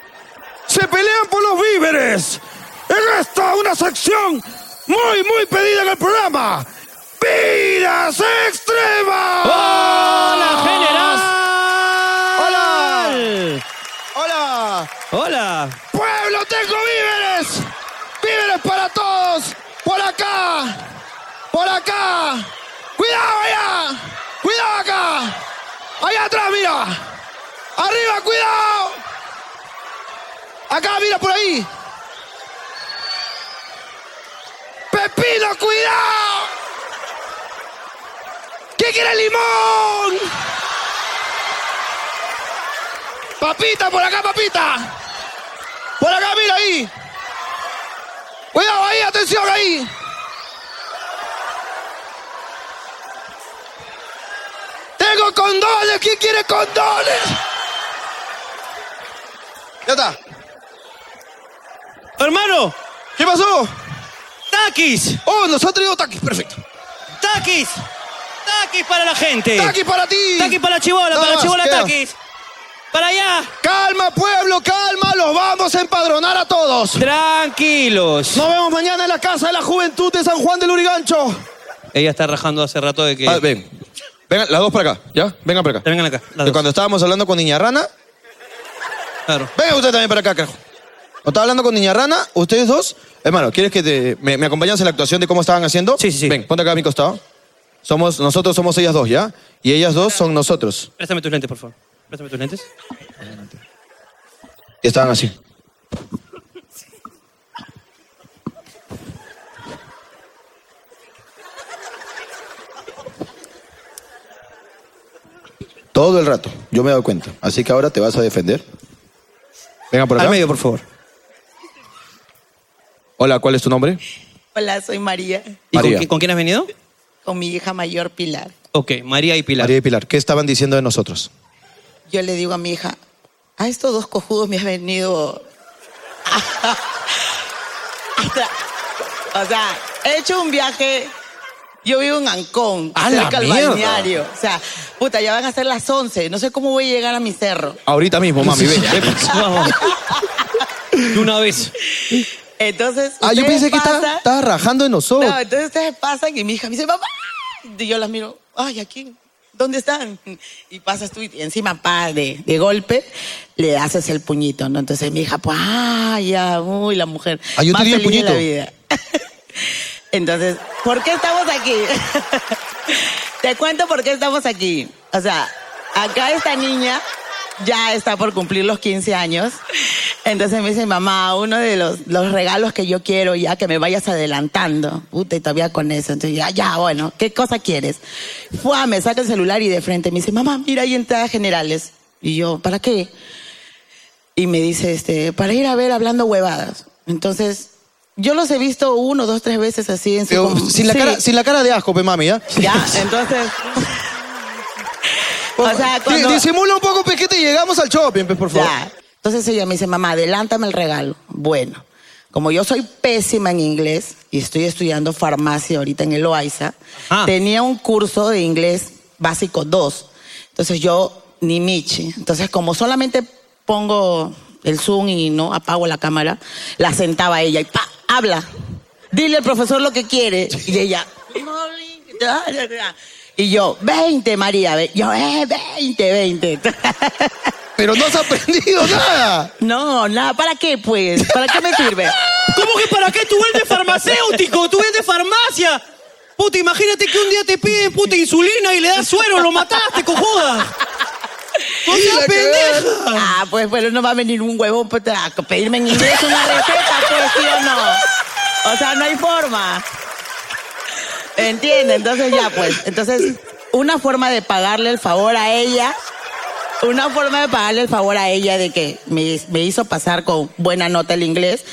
Se pelean por los víveres. En esta una sección muy, muy pedida en el programa. ¡Vidas extremas! ¡Hola, generas! ¡Hola! ¡Hola!
¡Hola!
¡Pueblo, tengo víveres! ¡Víveres para todos! ¡Por acá! ¡Por acá! ¡Cuidado allá! ¡Cuidado acá! ¡Allá atrás, mira! ¡Arriba, cuidado! ¡Acá, mira, por ahí! ¡Pepino, cuidado! ¿Qué quiere limón? ¡Papita, por acá, papita! Por acá, mira ahí. Cuidado ahí, atención ahí. Tengo condones, ¿quién quiere condones? Ya está.
Hermano,
¿qué pasó?
¡Takis!
Oh, nos ha traído takis, perfecto.
¡Takis! ¡Takis para la gente!
¡Takis para ti!
¡Takis para la chibola!
Nada
¡Para la
más,
chibola,
queda.
takis! ¡Para allá!
Calma, pueblo, calma, los vamos a empadronar a todos.
Tranquilos.
Nos vemos mañana en la Casa de la Juventud de San Juan del Urigancho.
Ella está rajando hace rato de que.
Ah, ven. Vengan, las dos para acá, ¿ya? Vengan para acá.
Vengan acá.
De cuando estábamos hablando con Niña Rana.
Claro.
Venga usted también para acá, carajo. Cuando estaba hablando con Niña Rana, ustedes dos. Hermano, ¿quieres que te, me, me acompañas en la actuación de cómo estaban haciendo? Sí, sí, sí. Ven, ponte acá a mi costado. Somos, nosotros somos ellas dos, ¿ya? Y ellas dos son nosotros.
Préstame tus lentes, por favor. Préstame tus lentes.
Y estaban así. Todo el rato, yo me he dado cuenta. Así que ahora te vas a defender. Venga por acá.
Al medio, por favor.
Hola, ¿cuál es tu nombre?
Hola, soy María,
¿Y con,
María.
qui- con quién has venido?
con mi hija mayor Pilar.
Ok, María y Pilar.
María y Pilar, ¿qué estaban diciendo de nosotros?
Yo le digo a mi hija, a estos dos cojudos me has venido... hasta- o sea, he hecho un viaje... Yo vivo en Ancón,
¡A la
cerca al
mierda!
balneario. O sea, puta, ya van a ser las 11. No sé cómo voy a llegar a mi cerro.
Ahorita mismo, mami, ven.
Vamos. De una vez.
Entonces.
Ah, yo
ustedes
pensé que estaba,
pasan-
estaba rajando en nosotros.
No, entonces ustedes pasan y mi hija me dice, papá. Y yo las miro, ay, aquí, ¿dónde están? Y pasas tú y encima, padre, de golpe, le haces el puñito, ¿no? Entonces mi hija, pues, ay, ya, uy, la mujer.
Ah, yo
más
te di el
feliz de la
puñito.
vida. Entonces, ¿por qué estamos aquí? Te cuento por qué estamos aquí. O sea, acá esta niña ya está por cumplir los 15 años. Entonces me dice, mamá, uno de los, los regalos que yo quiero ya, que me vayas adelantando. Puta, y todavía con eso. Entonces ya, ya, bueno, ¿qué cosa quieres? Fua, me saca el celular y de frente me dice, mamá, mira, hay entradas generales. Y yo, ¿para qué? Y me dice, este, para ir a ver hablando huevadas. Entonces Yo los he visto uno, dos, tres veces así en su...
Pero
com-
sin, la
Sí.
cara, sin la cara de asco, pe mami, ¿ah? ¿ya?
Ya, entonces... o sea,
Di-
cuando...
Disimula un poco, pe, que te llegamos al shopping, pe, por favor.
Ya. Entonces ella me dice, mamá, adelántame el regalo. Bueno, como yo soy pésima en inglés y estoy estudiando farmacia ahorita en el Loaiza,
Ah.
tenía un curso de inglés básico 2. Entonces yo ni michi. Entonces como solamente pongo el Zoom y no apago la cámara, la sentaba ella y pa, habla. Dile al profesor lo que quiere. Y ella, y yo, 20, María. ve- Yo, eh, 20, 20.
Pero no has aprendido nada.
No, nada. ¿Para qué, pues? ¿Para qué me sirve?
¿Cómo que para qué? Tú eres farmacéutico, tú eres de farmacia. Puta, imagínate que un día te piden puta insulina y le das suero, lo mataste, cojuda.
¡No
seas pendeja!
Ah, pues bueno, no va a venir un huevón pues, a pedirme en inglés una receta, pues sí o no. O sea, no hay forma. ¿Entiendes? Entonces ya, pues. Entonces, una forma de pagarle el favor a ella, una forma de pagarle el favor a ella de que me, me hizo pasar con buena nota el inglés,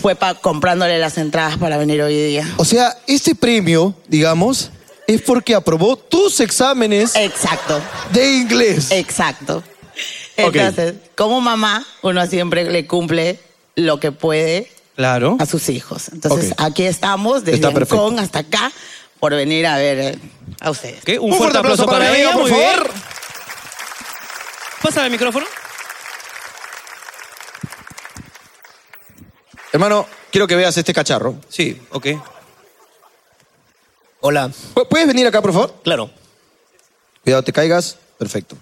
fue pa- comprándole las entradas para venir hoy día.
O sea, este premio, digamos, es porque aprobó tus exámenes.
Exacto.
De inglés.
Exacto. Entonces, como mamá, uno siempre le cumple lo que puede
Claro.
a sus hijos. Entonces, aquí estamos desde
Está perfecto.
Hong Kong hasta acá por venir a ver eh, a ustedes.
Ok, Un, fuerte, aplauso, para, ella, por favor. Pásame el micrófono.
Hermano, quiero que veas este cacharro.
Sí, ok.
Hola. ¿Puedes venir acá, por favor?
Claro.
Cuidado, te caigas. Perfecto.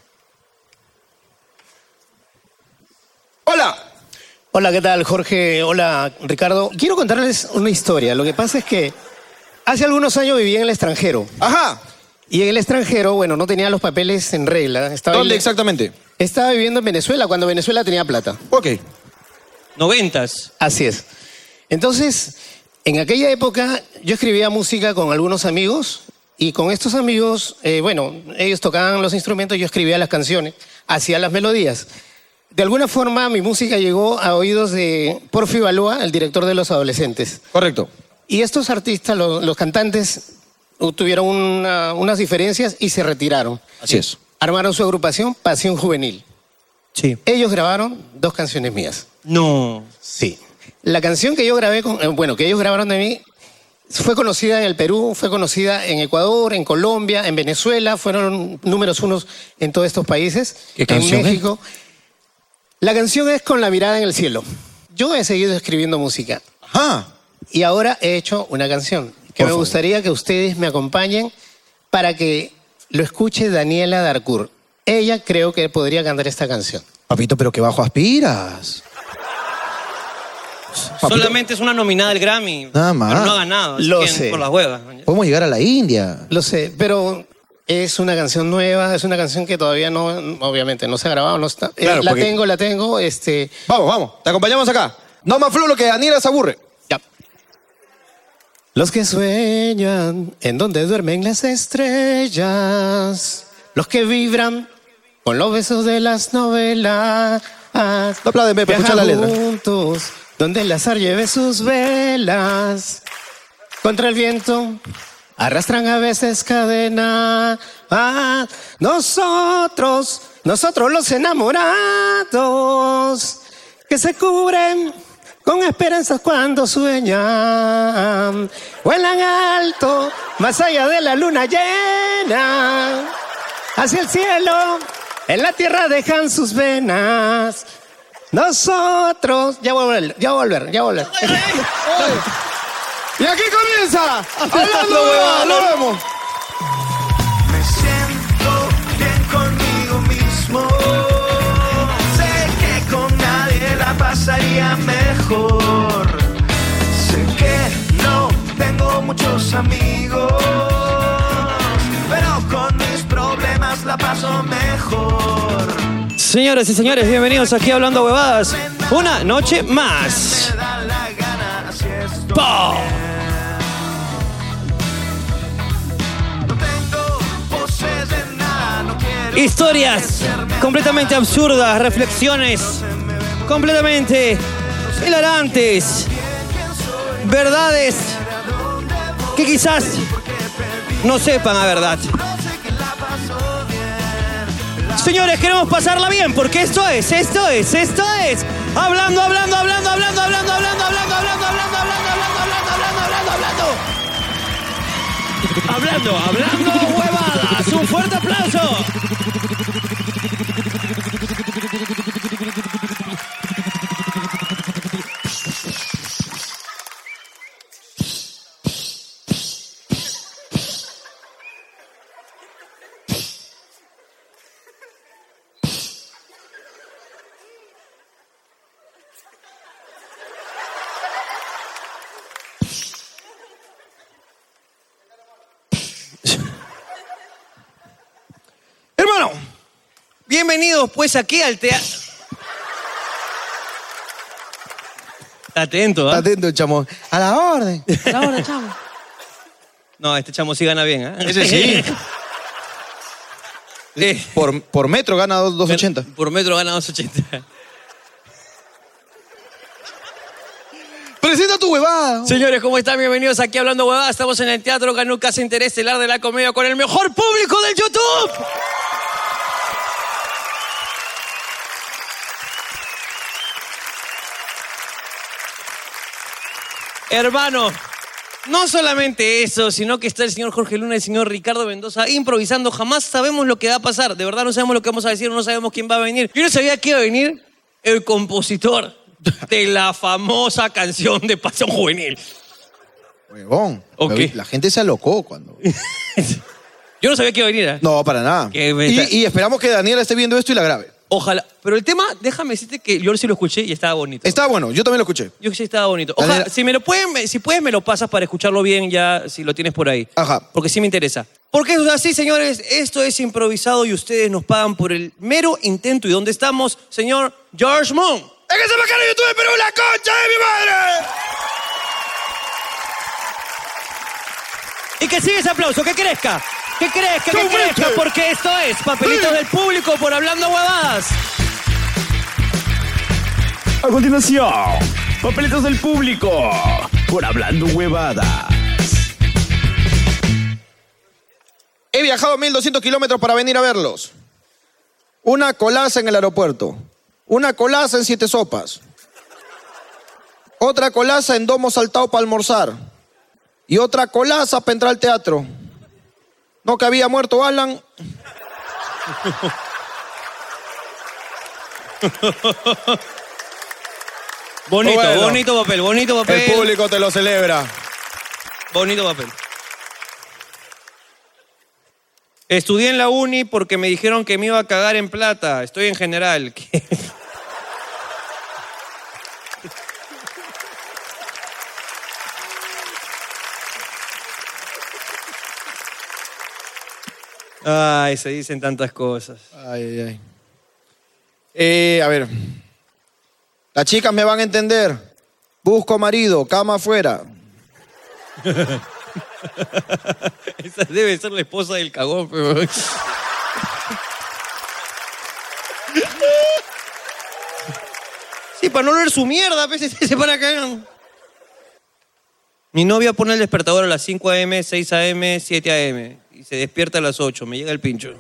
Hola. Hola, ¿qué tal, Jorge? Hola, Ricardo. Quiero contarles una historia. Lo que pasa es que hace algunos años viví en el extranjero. Ajá. Y en el extranjero, bueno, no tenía los papeles en regla. Estaba
¿Dónde
en-
exactamente?
Estaba viviendo en Venezuela cuando Venezuela tenía plata.
Ok.
Noventas.
Así es. Entonces, en aquella época yo escribía música con algunos amigos y con estos amigos, eh, bueno, ellos tocaban los instrumentos, yo escribía las canciones, hacía las melodías. De alguna forma mi música llegó a oídos de Porfi Balúa, el director de Los Adolescentes.
Correcto.
Y estos artistas, lo- los, cantantes, tuvieron una- unas diferencias y se retiraron.
Así es.
Armaron su agrupación Pasión Juvenil.
Sí.
Ellos grabaron dos canciones mías.
No.
Sí. La canción que yo grabé, con, eh, bueno, que ellos grabaron de mí, fue conocida en el Perú, fue conocida en Ecuador, en Colombia, en Venezuela, fueron números unos en todos estos países.
¿Qué canción
En
es?
México. La canción es Con la mirada en el cielo. Yo he seguido escribiendo música. Y ahora he hecho una canción que me gustaría que ustedes me acompañen para que lo escuche Daniela Darcourt. Ella creo que podría cantar esta canción.
Papito, pero que bajo aspiras.
Solamente es una nominada del Grammy.
Nada más.
Pero no ha ganado. así
Lo
que
sé.
Por las huevas.
Podemos llegar a la India.
Lo sé, pero es una canción nueva, es una canción que todavía no, obviamente, no se ha grabado, no está. eh,
Claro,
la
porque-
tengo, la tengo, este.
Vamos, vamos, te acompañamos acá. No más flulo que Daniela se aburre.
Los que sueñan en donde duermen las estrellas, los que vibran con los besos de las novelas,
apláudeme, pero escucha la letra.
juntos, donde el azar lleve sus velas, contra el viento arrastran a veces cadena. Ah, nosotros, nosotros los enamorados, que se cubren con esperanzas cuando sueñan, vuelan alto, más allá de la luna llena, hacia el cielo, en la tierra dejan sus venas. Nosotros, ya voy a volver, ya voy a volver, ya voy a volver.
Y aquí comienza.
No,
Hablando
huevada,
huevada,
no.
lo vemos.
Me siento bien conmigo mismo. Sé que con nadie la pasaría mejor. Sé que no tengo muchos amigos. Pero con mis problemas la paso mejor.
Señoras y señores, bienvenidos aquí a hablando huevadas. Una noche más.
Así es.
¡Pau!
No tengo poses de nada. No quiero
Historias completamente absurdas, reflexiones completamente hilarantes.
verdades que quizás no sepan a verdad. Señores, queremos pasarla bien porque esto es, esto es, esto es. Hablando, hablando, hablando, hablando, hablando, hablando, hablando, hablando, hablando, hablando, hablando, hablando, hablando, hablando, hablando. Hablando, hablando huevadas. Un fuerte aplauso.
Hermano, bienvenidos pues aquí al teatro. Atento, ¿ah?
Atento, chamo. A la orden.
A la orden, chamo. No, este chamo sí gana bien, ¿ah?
Ese sí. Por, por metro gana dos- 280.
Por metro gana 280.
Presenta tu huevada.
Señores, ¿cómo están? Bienvenidos aquí a Hablando Huevadas. Estamos en el Teatro Canú Casa Interestelar de la Comedia con el mejor público del YouTube. Hermano, no solamente eso, sino que está el señor Jorge Luna y el señor Ricardo Mendoza improvisando. Jamás sabemos lo que va a pasar. De verdad no sabemos lo que vamos a decir, no sabemos quién va a venir. Yo no sabía que iba a venir el compositor de la famosa canción de Pasión Juvenil.
Huevón. Pero La gente se alocó cuando.
Yo no sabía que iba a venir. ¿eh?
No, para nada.
está-
Y, y esperamos que Daniela esté viendo esto y la grabe.
Ojalá. Pero el tema, déjame decirte que yo sí lo escuché y estaba bonito.
Está bueno, yo también lo escuché.
Yo sí estaba bonito. Ojalá, si me lo pueden, me- si puedes me lo pasas para escucharlo bien ya, si lo tienes por ahí.
Ajá.
Porque sí me interesa. Porque es así, señores, esto es improvisado y ustedes nos pagan por el mero intento. ¿Y dónde estamos, señor George Moon?
¡Es que se me cae YouTube, pero la concha de mi madre!
Y que siga ese aplauso, que crezca, que crezca, que
¡Chau,
crezca,
Miche!
porque esto es Papelitos del Público por Hablando Huevadas.
A continuación, papelitos del público por hablando huevada.
He viajado 1200 kilómetros para venir a verlos. Una colaza en el aeropuerto. Una colaza en Siete Sopas. Otra colaza en Domo Saltado para almorzar. Y otra colaza para entrar al teatro. No que había muerto Alan.
Bonito,
Bueno.
bonito papel, bonito papel.
El público te lo celebra.
Bonito papel. Estudié en la uni porque me dijeron que me iba a cagar en plata. Estoy en general. ¿Qué? Ay, se dicen tantas cosas.
Ay, ay, ay. Eh, a ver. Las chicas me van a entender. Busco marido, cama afuera.
Esa debe ser la esposa del cagón, pero... Sí, para no leer su mierda, a veces se para cagan. Mi novia pone el despertador a las 5 a.m., 6 a.m., 7 a.m. y se despierta a las 8. Me llega el pincho.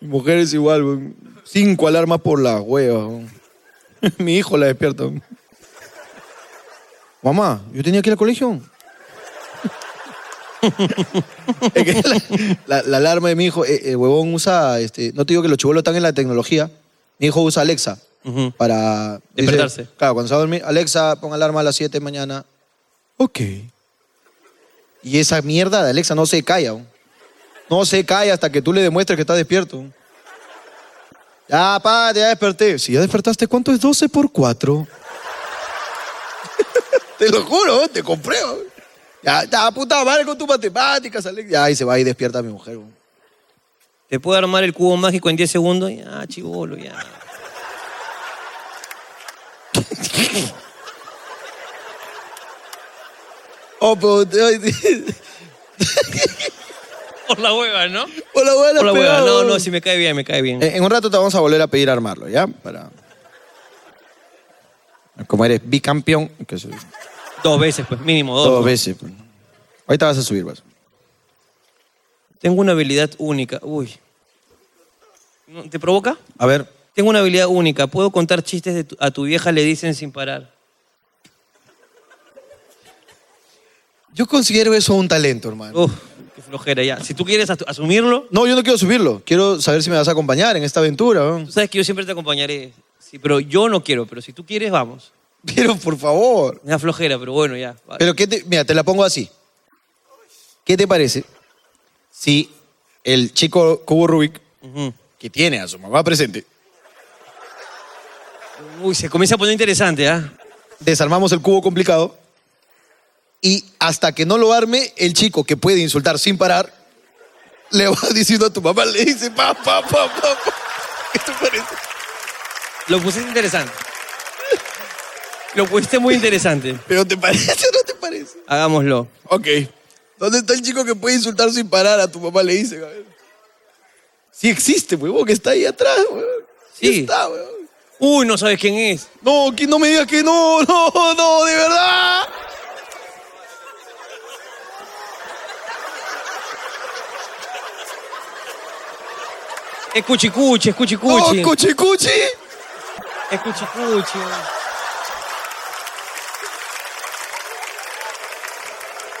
Mujeres igual, weón. cinco alarmas por las huevas. weón. Mi hijo la despierta. weón. Mamá, yo tenía que ir al colegio. es que la, la- la alarma de mi hijo, eh, eh, huevón usa, este, no te digo que los chibolos están en la tecnología. Mi hijo usa Alexa para dice,
Despertarse.
claro, cuando se va a dormir, Alexa, pon alarma a las 7 de mañana. Ok. Y esa mierda de Alexa no se calla. weón. No se calla hasta que tú le demuestres que está despierto. weón. Ya, pa, ya desperté. Si ya despertaste, ¿cuánto es 12 pues por 4? te lo juro, weón, te compré. weón. Ya, ya, puta madre con tus matemáticas, Alexa. Ya, y se va y despierta a mi mujer. weón.
¿Te puedo armar el cubo mágico en 10 segundos? Ya, chivolo, ya.
Oh, pero...
Por la hueva, ¿no?
Por la hueva, la
Por la hueva.
pegado,
No, no,
weón.
si me cae bien, me cae bien.
En, en un rato te vamos a volver a pedir armarlo, ¿ya? Para... Como eres bicampeón. que se-
Dos veces, pues, mínimo dos.
Dos veces. pues. Ahorita vas a subir, vas.
Tengo una habilidad única. Uy. No, ¿Te provoca?
A ver.
Tengo una habilidad única. Puedo contar chistes de tu- a tu vieja le dicen sin parar.
Yo considero eso un talento, hermano.
Uf, qué flojera ya. Si tú quieres as- asumirlo,
No, yo no quiero subirlo. Quiero saber si me vas a acompañar en esta aventura. ¿no?
tú sabes que yo siempre te acompañaré. Sí, pero yo no quiero, pero si tú quieres, vamos.
Pero por favor.
Me da flojera, pero bueno, ya. va.
Pero qué te, mira, te la pongo así. ¿Qué te parece si el chico Cubo Rubik, que tiene a su mamá presente,
Uy, se comienza a poner interesante, ¿ah?
desarmamos el cubo complicado y hasta que no lo arme, el chico que puede insultar sin parar, le va diciendo a tu mamá, le dice, pa, pa, pa, pa, pa". ¿Qué te parece?
Lo pusiste interesante. Lo pusiste muy interesante.
¿Pero te parece o no te parece?
Hagámoslo.
Ok. ¿Dónde está el chico que puede insultar sin parar a tu mamá? Le dice, a ver. Sí existe, huevón, que está ahí atrás, huevón. Sí. está, huevón.
Uy, no sabes quién es.
No, que no me digas que no, no, no, de verdad.
Es cuchicuchi, es cuchicuchi.
No, Oh, cuchicuchi.
Es cuchicuchi.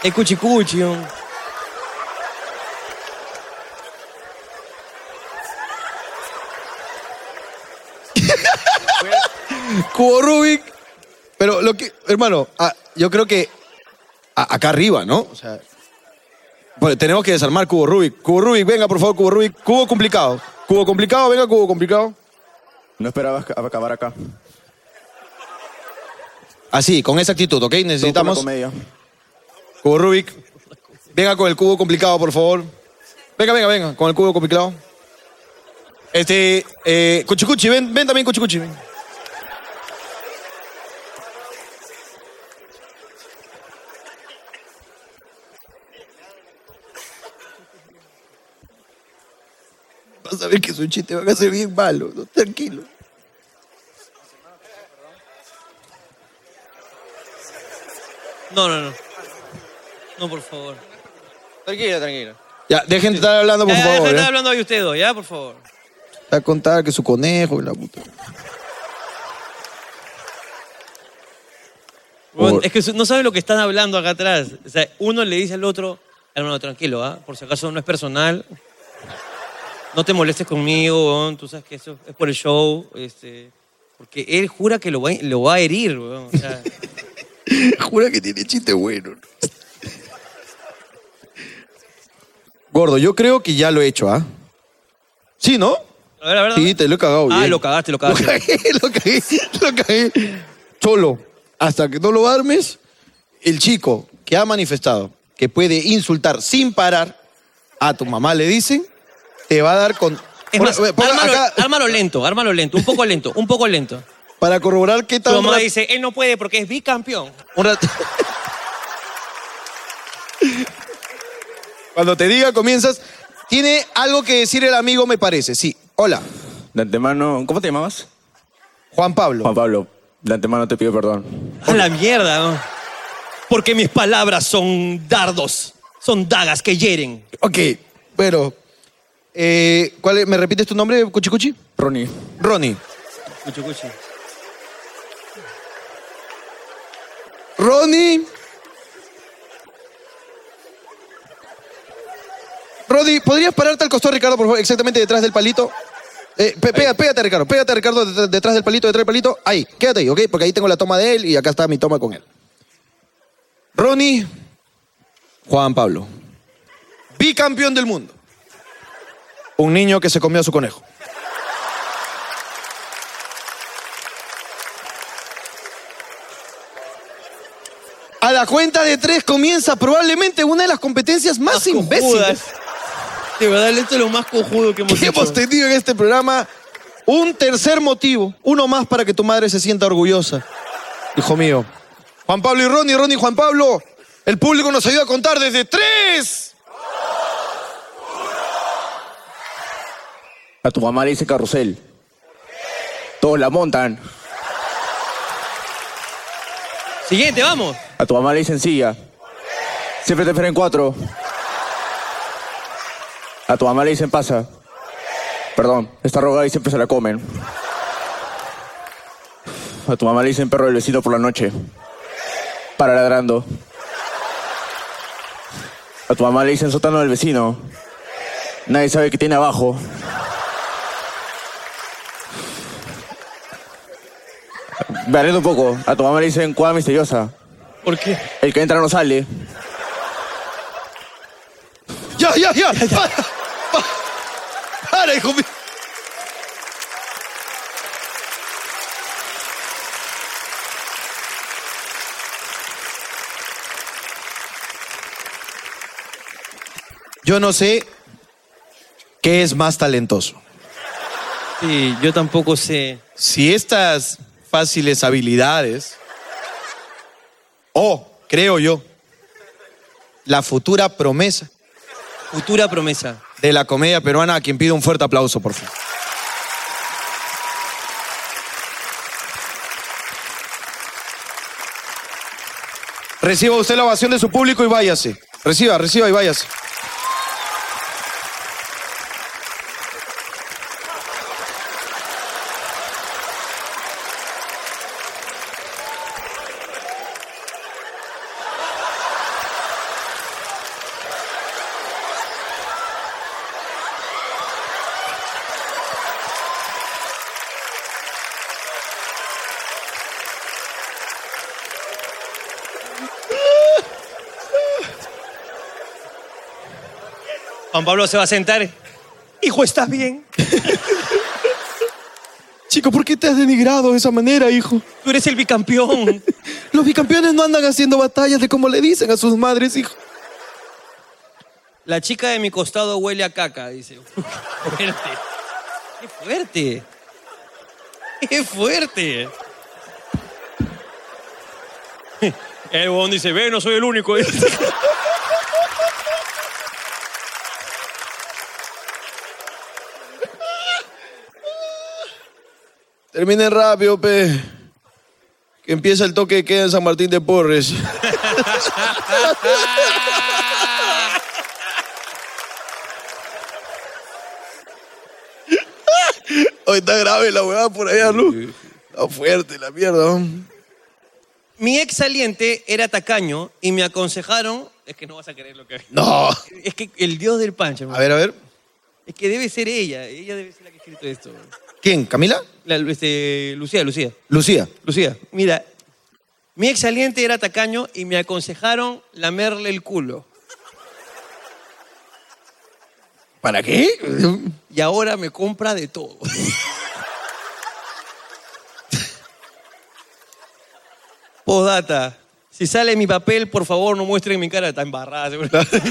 Es cuchicuchi.
Cubo Rubik. Pero lo que, hermano, ah, yo creo que a- acá arriba, ¿no? O sea, bueno, tenemos que desarmar Cubo Rubik. Cubo Rubik, venga, por favor, Cubo Rubik. Cubo complicado. Cubo complicado, venga, cubo complicado.
No esperaba ac- acabar acá.
Así, con esa actitud, ¿ok? Necesitamos.
Todo por la comedia.
Cubo Rubik. Venga con el cubo complicado, por favor. Venga, venga, venga, con el cubo complicado. Este, eh, Cuchicuchi, ven, ven también, Cuchicuchi. ven. Vas a ver que su chiste va a ser bien malo, no, tranquilo.
No, no, no. No, por favor.
Tranquilo, tranquilo. Ya, dejen de estar hablando, por
Ya, ya,
favor. ¿eh?
deja de
¿ya?
estar hablando ahí ustedes dos, ya, por favor.
Está a contar que su conejo y la puta.
Bueno, es que su- no sabe lo que están hablando acá atrás. O sea, uno le dice al otro, hermano, tranquilo, ¿ah? Por si acaso no es personal. No te molestes conmigo, weón. tú sabes que eso es por el show. Este, porque él jura que lo va, lo va a herir, weón. O sea,
Jura que tiene chiste bueno. Gordo, yo creo que ya lo he hecho, ¿ah? Sí, ¿no?
a ver, a ver. a ver.
Sí, te lo he cagado.
ah,
bien.
lo cagaste, lo cagaste.
Lo cagué, lo cagué, lo cagué. Cholo, hasta que no lo armes, el chico que ha manifestado que puede insultar sin parar a tu mamá, le dicen, te va a dar con...
Es
Por- eh,
más,
por
ármalo,
acá,
ármalo lento, ármalo lento, un poco lento, un poco lento.
para corroborar qué
Tu
tal...
mamá dice, él no puede porque es bicampeón.
Cuando te diga, comienzas. Tiene algo que decir el amigo, me parece. Sí. Hola,
De antemano, ¿cómo te llamabas?
Juan Pablo.
Juan Pablo, de antemano te pido perdón.
A la mierda, ¿no? Porque mis palabras son dardos, son dagas que hieren.
Ok, pero. eh, ¿cuál es- ¿Me repites tu nombre, Cuchicuchi?
Ronnie.
Ronnie.
Cuchi, cuchi.
Ronnie. Ronnie, ¿podrías pararte al costado, Ricardo, por favor? Exactamente detrás del palito. Eh, pe- pega- pégate, Ricardo. Pégate, Ricardo, det- detrás del palito, detrás del palito. Ahí, quédate ahí, ¿ok? Porque ahí tengo la toma de él y acá está mi toma con él. Ronnie. Juan Pablo. Bicampeón del mundo. Un niño que se comió a su conejo. A la cuenta de tres comienza probablemente una de las competencias más, imbéciles
De verdad, esto es lo más cojudo que hemos
que hemos tenido en este programa. Un tercer motivo, uno más para que tu madre se sienta orgullosa. Hijo mío. Juan Pablo y Ronnie, Ronnie y Juan Pablo, el público nos ayuda a contar desde tres.
A tu mamá le dice carrusel. Todos la montan.
Siguiente, vamos.
A tu mamá le dicen silla. Siempre te en cuatro. A tu mamá le dicen pasa. Perdón, está rogada y siempre se la comen. A tu mamá le dicen perro del vecino por la noche. Para ladrando. A tu mamá le dicen sótano del vecino. Nadie sabe qué tiene abajo. Variando un poco. A tu mamá le dicen cuadra misteriosa.
¿Por qué?
El que entra no sale.
¡Ya, ya, ya! ¡Para! pa- ¡Para, hijo mío! Yo no sé qué es más talentoso.
Sí, yo tampoco sé.
Si estas fáciles habilidades, o creo yo, la futura promesa.
Futura promesa.
De la comedia peruana, a quien pido un fuerte aplauso, por favor. Reciba usted la ovación de su público y váyase. Reciba, reciba y váyase.
Juan Pablo se va a sentar. Hijo, ¿estás bien?
Chico, ¿por qué te has denigrado de esa manera, hijo?
Tú eres el bicampeón.
Los bicampeones no andan haciendo batallas de como le dicen a sus madres, hijo.
La chica de mi costado huele a caca, dice. Fuerte. Qué fuerte. Qué fuerte. El bobón dice, ve, no soy el único.
Terminen rápido, pe. Que empieza el toque de queda en San Martín de Porres.
Hoy está grave la huevada por allá, Luz. Está fuerte la mierda.
Mi ex saliente era tacaño y me aconsejaron... Es que no vas a creer lo que...
No.
Es que el dios del pancho.
A ver, a ver.
Es que debe ser ella. Ella debe ser la que ha escrito esto.
¿Quién? ¿Camila?
La- este, Lucía, Lucía.
Lucía.
Lucía, mira, mi ex saliente era tacaño y me aconsejaron lamerle el culo.
¿Para qué?
Y ahora me compra de todo. Postdata. Si sale mi papel, por favor, no muestren mi cara. Está embarrada, seguramente.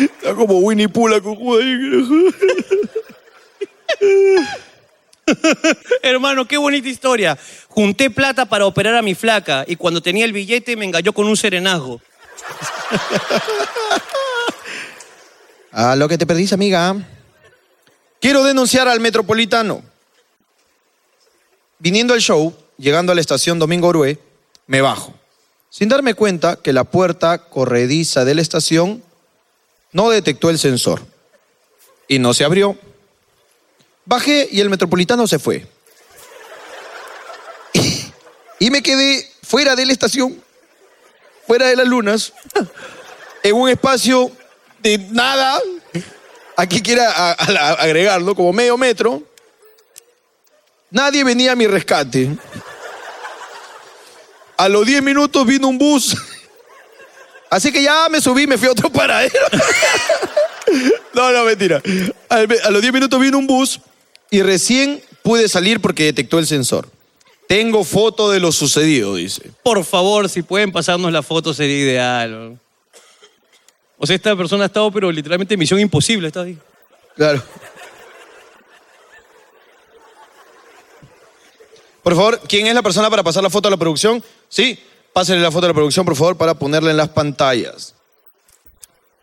Está como Winnie Pooh la cojuda ahí, carajo.
Hermano, qué bonita historia. Junté plata para operar a mi flaca y cuando tenía el billete me engañó con un serenazgo.
A lo que te perdís, amiga. Quiero denunciar al metropolitano. Viniendo al show, llegando a la estación Domingo Orué, me bajo. Sin darme cuenta que la puerta corrediza de la estación no detectó el sensor y no se abrió. Bajé y el metropolitano se fue. y me quedé fuera de la estación, fuera de las lunas, en un espacio de nada. Aquí quiera a- a la- agregarlo, como medio metro. Nadie venía a mi rescate. A los 10 minutos vino un bus. Así que ya me subí, me fui a otro paradero. No, no, mentira. Al ve- A los 10 minutos vino un bus y recién pude salir porque detectó el sensor. Tengo foto de lo sucedido, dice.
Por favor, si pueden pasarnos la foto sería ideal. O sea, esta persona ha estado, pero literalmente en misión imposible, está ahí.
Claro. Por favor, ¿quién es la persona para pasar la foto a la producción? Sí, pásenle la foto a la producción, por favor, para ponerla en las pantallas.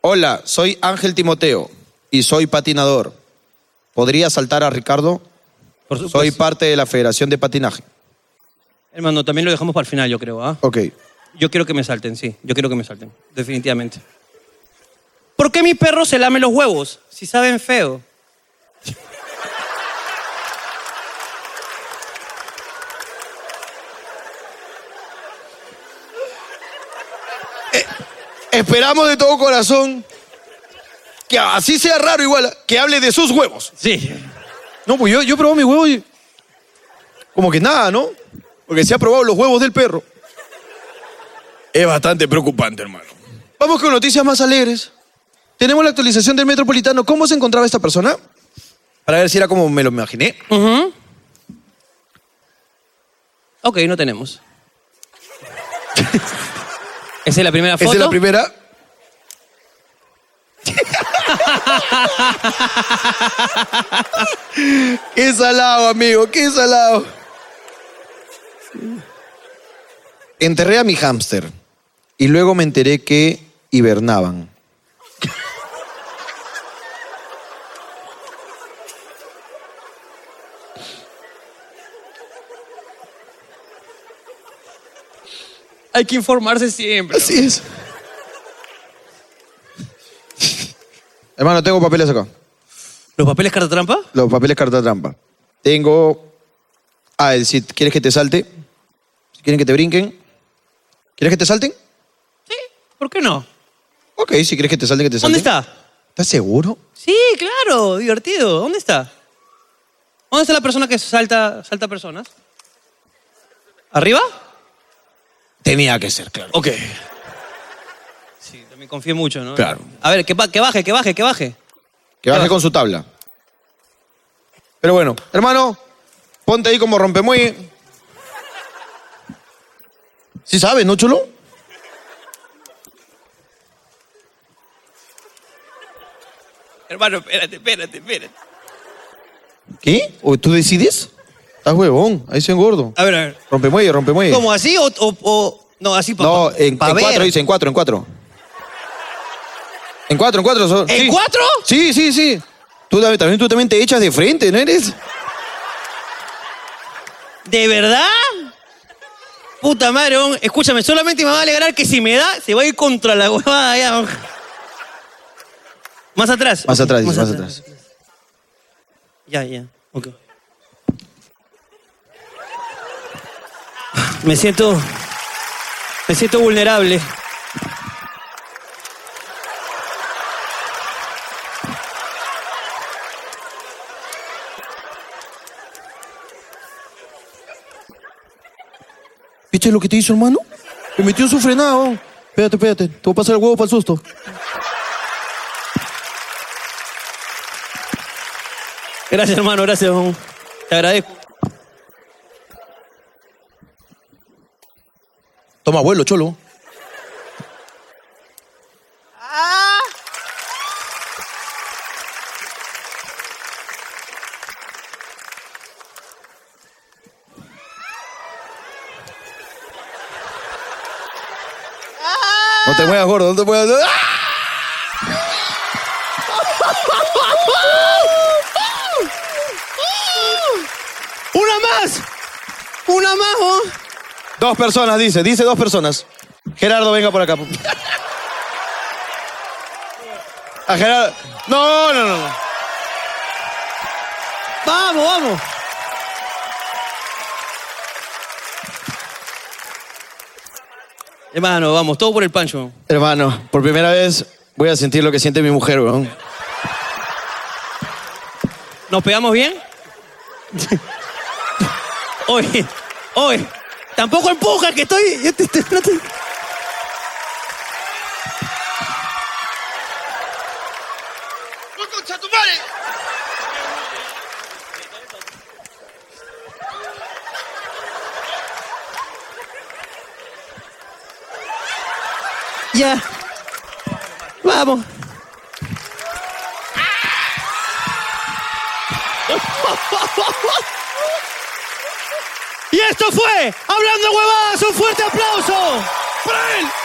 Hola, soy Ángel Timoteo y soy patinador. ¿Podría saltar a Ricardo? Soy parte de la Federación de Patinaje.
Hermano, también lo dejamos para el final, yo creo, ¿ah?
Ok.
Yo quiero que me salten, sí. Yo quiero que me salten. Definitivamente. ¿Por qué mi perro se lame los huevos si saben feo?
Esperamos de todo corazón que así sea raro igual, que hable de sus huevos.
Sí.
No, pues yo, yo probé mi huevo y... Como que nada, ¿no? Porque se ha probado los huevos del perro.
Es bastante preocupante, hermano.
Vamos con noticias más alegres. Tenemos la actualización del Metropolitano. ¿Cómo se encontraba esta persona? Para ver si era como me lo imaginé.
Ok, no tenemos. Esa es la primera
Esa
foto.
es la primera. Qué salado, amigo, qué salado. Enterré a mi hámster y luego me enteré que hibernaban.
Hay que informarse siempre.
Así es. Hermano, tengo papeles acá.
¿Los papeles carta trampa?
Los papeles carta trampa. Tengo. Ah, el- si quieres que te salte. Si quieren que te brinquen. ¿Quieres que te salten?
¿Por qué no?
Ok, si quieres que te salten, que te
¿Dónde
salten.
está?
¿Estás seguro?
Sí, claro, divertido. ¿Dónde está? ¿Dónde está la persona que salta, salta personas? ¿Arriba?
Tenía que ser, claro.
Ok. Sí, me confié mucho, ¿no?
Claro.
A ver, que, pa- que baje, que baje, que baje.
Que baje con su tabla. Pero bueno, hermano, ponte ahí como rompemuelle. Sí sabes, ¿no, chulo?
Hermano, espérate, espérate, espérate.
¿Qué? ¿O tú decides? Estás huevón, ahí se engordo.
A ver, a ver.
Rompemuelle, rompemuelle.
¿Cómo así o, o- o- no así para
No, en, en cuatro dice, en cuatro, en cuatro. En cuatro, en cuatro.
¿En
so- sí.
cuatro?
Sí, sí, sí. Tú también, también- tú también te echas de frente, ¿no eres?
¿De verdad? Puta madre, weón. escúchame, solamente me va a alegrar que si me da, se va a ir contra la huevada allá. Más atrás.
Más
Ok,
atrás, dice, más atrás.
Ya, ya. Ok. Me siento. Me siento vulnerable.
¿Viste lo que te hizo, hermano? Te metió su frenado. Espérate, espérate. Te voy a pasar el huevo para el susto.
Gracias, hermano, gracias, weón. Te agradezco.
Toma vuelo, cholo. No te muevas, gordo, no te muevas. ¡Ah!
¡Una más! ¡Una más! oh!
Dos personas, dice, dice dos personas. Gerardo, venga por acá. A Gerardo. No, no, no. no.
¡Vamos, vamos!
Hermano, vamos, todo por el pancho.
Hermano, por primera vez voy a sentir lo que siente mi mujer, weón.
¿Nos pegamos bien? oye, oye, tampoco empuja que estoy. este, yo te- te- no te-
¡Ya! ¡Vamos!
Y esto fue Hablando Huevadas, un fuerte aplauso para él.